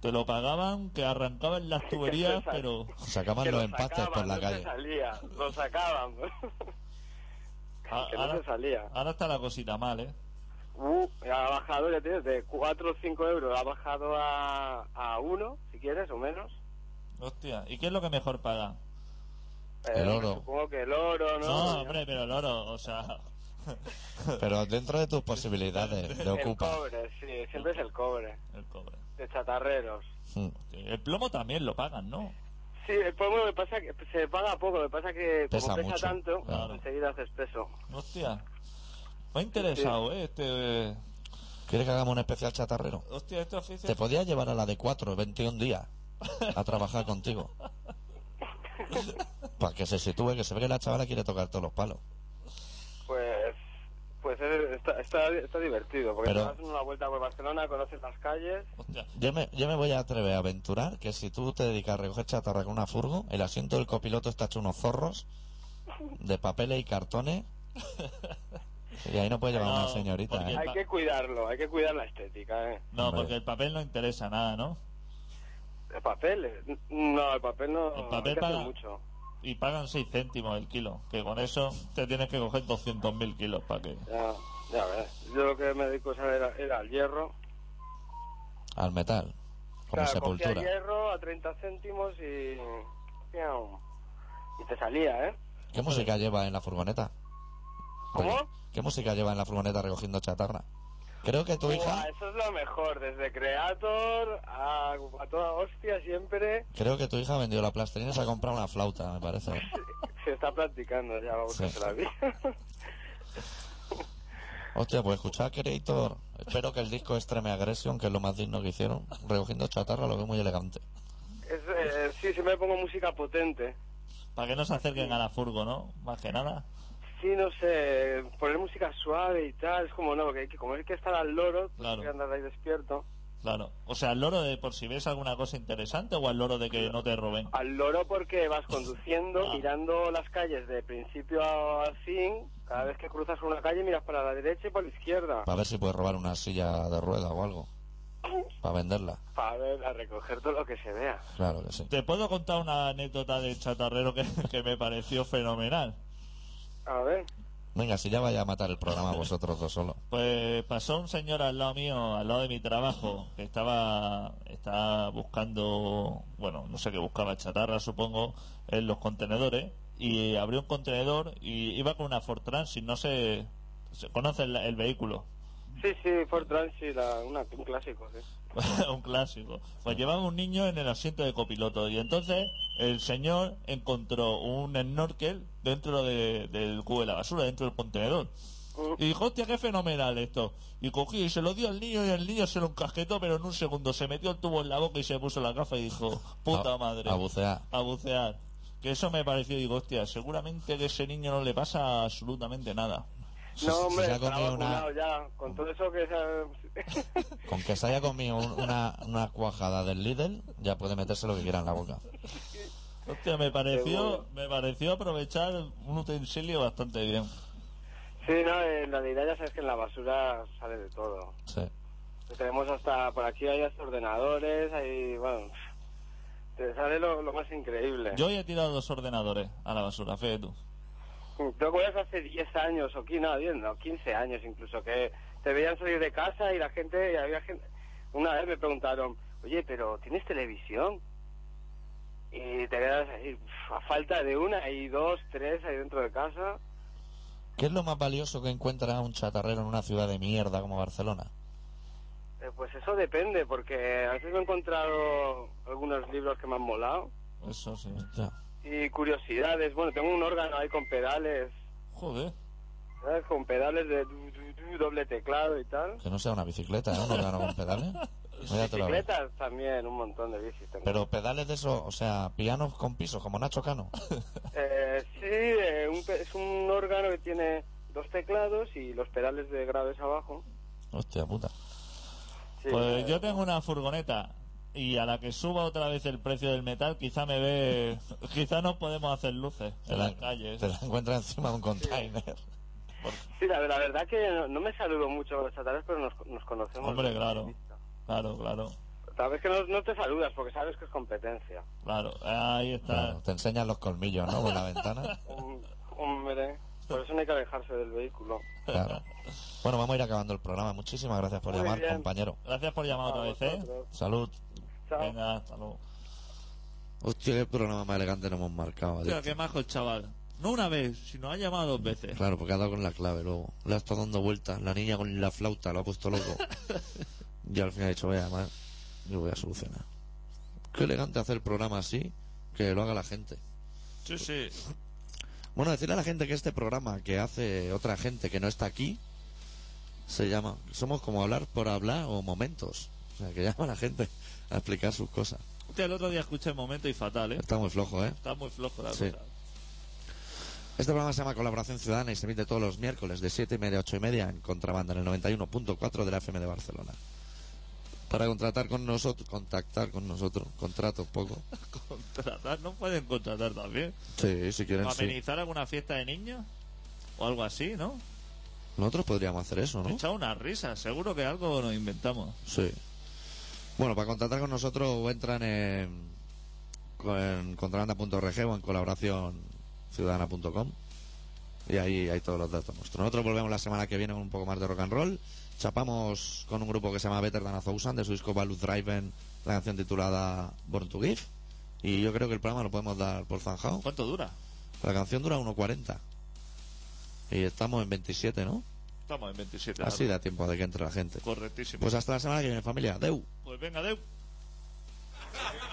Speaker 2: Te lo pagaban, que arrancaban las tuberías,
Speaker 4: sal-
Speaker 2: pero...
Speaker 1: Sacaban
Speaker 4: Que
Speaker 1: los
Speaker 4: lo
Speaker 1: empastes
Speaker 4: sacaban,
Speaker 1: por la
Speaker 4: no
Speaker 1: calle.
Speaker 4: Se salía, lo sacaban.
Speaker 1: Ah,
Speaker 2: a-
Speaker 4: que no
Speaker 2: ahora,
Speaker 4: se salía.
Speaker 2: ahora está la cosita mal, ¿eh?
Speaker 4: Uh, ha bajado, ya tienes, de 4 o 5 euros, ha bajado a, a 1, si quieres, o menos.
Speaker 2: Hostia, ¿y qué es lo que mejor paga?
Speaker 1: El oro.
Speaker 4: Eh, Supongo que el oro, ¿no?
Speaker 2: No, hombre, pero el oro, o sea...
Speaker 1: Pero dentro de tus posibilidades, de
Speaker 4: el
Speaker 1: ocupa.
Speaker 4: cobre, sí, siempre es el cobre,
Speaker 2: El cobre.
Speaker 4: de chatarreros.
Speaker 1: Mm.
Speaker 2: El plomo también lo pagan, ¿no?
Speaker 4: Sí, eh, el pueblo me pasa que se paga poco, me pasa que
Speaker 1: Pesa
Speaker 4: como pesa
Speaker 1: mucho,
Speaker 4: tanto,
Speaker 1: claro.
Speaker 4: enseguida haces peso.
Speaker 2: Hostia. Me ha interesado, ¿eh? Este... eh,
Speaker 1: ¿Quieres que hagamos un especial chatarrero?
Speaker 2: Hostia, este oficio...
Speaker 1: Te podía llevar a la de 4, 21 días, a trabajar contigo. Para que se sitúe, que se ve que la chavala quiere tocar todos los palos.
Speaker 4: Pues pues es- está, está, está divertido, porque
Speaker 1: Pero-
Speaker 4: te das una vuelta por Barcelona, conoces las calles.
Speaker 2: Hostia.
Speaker 1: Yo me, yo me voy a atrever a aventurar que si tú te dedicas a recoger chatarra con una furgo, el asiento del copiloto está hecho unos zorros de papeles y cartones. Y ahí no puede llevar
Speaker 2: No,
Speaker 1: una señorita.
Speaker 2: porque-
Speaker 1: ¿eh?
Speaker 4: Hay
Speaker 2: pa-
Speaker 4: que cuidarlo, hay que cuidar la estética, ¿eh?
Speaker 2: No,
Speaker 1: Hombre.
Speaker 2: porque el papel no interesa nada, ¿no?
Speaker 4: El papel, eh, no, el papel no
Speaker 2: El papel
Speaker 4: hay que hacer
Speaker 2: para-
Speaker 4: mucho.
Speaker 2: Y pagan 6 céntimos el kilo, que con eso te tienes que coger 200.000 kilos para que...
Speaker 4: Ya, ya ves. Yo lo que me dedico a usar era, era al hierro.
Speaker 1: Al metal, como
Speaker 4: Claro, cogía
Speaker 1: sepultura.
Speaker 4: hierro a 30 céntimos y... ¡piau! Y te salía, ¿eh?
Speaker 1: ¿Qué música lleva en la furgoneta? Pues,
Speaker 4: ¿Cómo?
Speaker 1: ¿Qué música lleva en la furgoneta recogiendo chatarra? Creo que tu hija,
Speaker 4: Buah, eso es lo mejor, desde Creator a, a toda hostia siempre
Speaker 1: creo que tu hija vendió la plastilina y se ha comprado una flauta, me parece.
Speaker 4: se está practicando ya, vamos a
Speaker 1: Sí.
Speaker 4: hacer la vida.
Speaker 1: Hostia, pues escuchad, Creator. Espero que el disco Extreme Aggression, que es lo más digno que hicieron, recogiendo chatarra, lo veo muy elegante.
Speaker 4: Es, eh, sí, siempre me pongo música potente.
Speaker 2: Para que no se acerquen a la furgo, ¿no? Más que nada.
Speaker 4: Sí, no sé, poner música suave y tal, es como no, que hay que, como hay que estar al loro, pues
Speaker 2: Claro.
Speaker 4: hay que andar ahí despierto.
Speaker 2: Claro. O sea, al loro de por si ves alguna cosa interesante o al loro de que no te roben.
Speaker 4: Al loro porque vas
Speaker 1: Ah.
Speaker 4: conduciendo, mirando las calles de principio a fin, cada vez que cruzas una calle miras para la derecha y para la izquierda,
Speaker 1: Para ver si puedes robar una silla de rueda o algo. Para venderla.
Speaker 4: para ver, a recoger todo lo que se vea.
Speaker 1: Claro que sí.
Speaker 2: Te puedo contar una anécdota de chatarrero que, que me pareció fenomenal.
Speaker 4: A ver,
Speaker 1: Venga, si ya vaya a matar el programa vosotros dos solo.
Speaker 2: Pues pasó un señor al lado mío, al lado de mi trabajo, que estaba, estaba buscando, bueno, no sé qué buscaba, chatarra supongo, en los contenedores, y abrió un contenedor y iba con una Ford Transit, no sé, ¿se conoce el, el vehículo?
Speaker 4: sí, sí, Ford Transit, la- una- un clásico, sí.
Speaker 2: un clásico. Pues llevaba un niño en el asiento de copiloto y entonces el señor encontró un snorkel dentro de- del cubo de la basura, dentro del contenedor. Y dijo, hostia, qué fenomenal esto. Y cogí y se lo dio al niño y el niño se lo encasquetó, pero en un segundo se metió el tubo en la boca y se puso la gafa y dijo, puta
Speaker 1: A-
Speaker 2: madre.
Speaker 1: a bucear.
Speaker 2: A bucear. Que eso me pareció, digo, hostia, seguramente que ese niño no le pasa absolutamente nada.
Speaker 1: Si-
Speaker 4: No,
Speaker 1: si
Speaker 4: hombre,
Speaker 1: se ha
Speaker 4: está
Speaker 1: comido una-
Speaker 4: vacunado ya, con todo eso que... se-
Speaker 1: Con que se haya comido un- una, una cuajada del Lidl, ya puede meterse lo que quiera en la boca.
Speaker 2: Hostia, me pareció,
Speaker 4: Seguro.
Speaker 2: me pareció aprovechar un utensilio bastante bien.
Speaker 4: Sí, no, en realidad ya sabes que en la basura sale de todo.
Speaker 1: Sí.
Speaker 4: Tenemos hasta, por aquí hay hasta ordenadores, hay, bueno, te sale lo, lo más increíble.
Speaker 2: Yo hoy he tirado dos ordenadores a la basura, fíjate tú.
Speaker 4: ¿Te acuerdas hace 10 años o 15, no, 10 no, 15 años incluso, que te veían salir de casa y la gente, y había gente... Una vez me preguntaron, oye, pero ¿tienes televisión? Y te quedas ahí, "Uf, a falta de una y dos, tres ahí dentro de casa.
Speaker 1: ¿Qué es lo más valioso que encuentra un chatarrero en una ciudad de mierda como Barcelona?
Speaker 4: Eh, pues eso depende, porque a veces me he encontrado algunos libros que me han molado
Speaker 2: Eso sí.
Speaker 1: Ya.
Speaker 4: y curiosidades. Bueno, tengo un órgano ahí con pedales,
Speaker 2: Joder.
Speaker 4: ¿sabes? Con pedales de du- du- du- doble teclado y tal.
Speaker 1: Que no sea una bicicleta, ¿eh? Un órgano con pedales. No, ya te lo ves.
Speaker 4: Bicicletas también, un montón de bicis tengo.
Speaker 1: Pero pedales de eso, o sea, pianos con pisos, como Nacho Cano.
Speaker 4: Eh, sí, eh, un pe- es un órgano que tiene dos teclados y los pedales de graves abajo.
Speaker 1: Hostia puta.
Speaker 4: Sí,
Speaker 2: Pues
Speaker 4: eh,
Speaker 2: yo tengo una furgoneta y a la que suba otra vez el precio del metal, quizá me ve. quizá no podemos hacer luces en las calles.
Speaker 1: Te la encuentras encima de un container.
Speaker 4: sí, la, la verdad que no, no me saludo mucho los chatarras, pero nos, nos conocemos.
Speaker 2: Hombre, claro. Claro, claro,
Speaker 4: Tal vez que no, no te saludas porque sabes que es competencia.
Speaker 2: claro. Ahí está.
Speaker 1: Claro, te enseñan los colmillos, ¿no? Por la ventana.
Speaker 4: Hom- Hombre, por eso no hay que alejarse del vehículo.
Speaker 1: Claro. Bueno, vamos a ir acabando el programa. Muchísimas gracias por
Speaker 4: Muy
Speaker 1: llamar,
Speaker 4: bien.
Speaker 1: compañero.
Speaker 2: Gracias por llamar otra
Speaker 4: A
Speaker 2: vez, ¿eh?
Speaker 4: vosotros.
Speaker 1: Salud.
Speaker 4: Chao.
Speaker 2: Venga, hasta luego.
Speaker 1: Hostia, qué programa más elegante nos hemos marcado.
Speaker 2: Hostia, qué majo el chaval. No una vez, sino ha llamado dos veces.
Speaker 1: Claro, porque ha dado con la clave luego. Le ha estado dando vueltas. La niña con la flauta lo ha puesto loco. y al final ha dicho, vaya, mal, yo voy a solucionar. Qué elegante hacer el programa así, que lo haga la gente.
Speaker 2: Sí, sí.
Speaker 1: Bueno, decirle a la gente que este programa que hace otra gente que no está aquí se llama Somos como hablar por hablar o momentos. O sea, que llama a la gente a explicar sus cosas.
Speaker 2: Hostia, el otro día escuché el momento y fatal, ¿eh?
Speaker 1: Está muy flojo, ¿eh?
Speaker 2: Está muy flojo la
Speaker 1: Sí.
Speaker 2: cosa.
Speaker 1: Este programa se llama Colaboración Ciudadana y se emite todos los miércoles de 7 y media a 8 y media en contrabanda en el 91.4 de la FM de Barcelona. Para contratar con nosotros, contactar con nosotros, contrato un poco.
Speaker 2: Contratar, no pueden contratar también.
Speaker 1: Sí, si quieren, sí.
Speaker 2: ¿Amenizar alguna fiesta de niños? O algo así, ¿no?
Speaker 1: Nosotros podríamos hacer eso,
Speaker 2: Me he
Speaker 1: ¿no?
Speaker 2: echado una risa, seguro que algo nos inventamos.
Speaker 1: Sí. Bueno, para contratar con nosotros o entran en, en contrabanda.org o en colaboracionciudadana.com y ahí hay todos los datos nuestros. Nosotros volvemos la semana que viene con un poco más de rock and roll. Chapamos con un grupo que se llama Better Than a Thousand de su disco Value Driven, la canción titulada Born to Give. Y yo creo que el programa lo podemos dar por zanjado.
Speaker 2: ¿Cuánto dura?
Speaker 1: La canción dura 1.40 y estamos en 27, ¿no?
Speaker 2: Estamos en 27.
Speaker 1: Así da tiempo de que entre la gente.
Speaker 2: Correctísimo.
Speaker 1: Pues hasta la semana que viene, familia. Deu.
Speaker 2: pues venga, Deu.
Speaker 7: Colaboración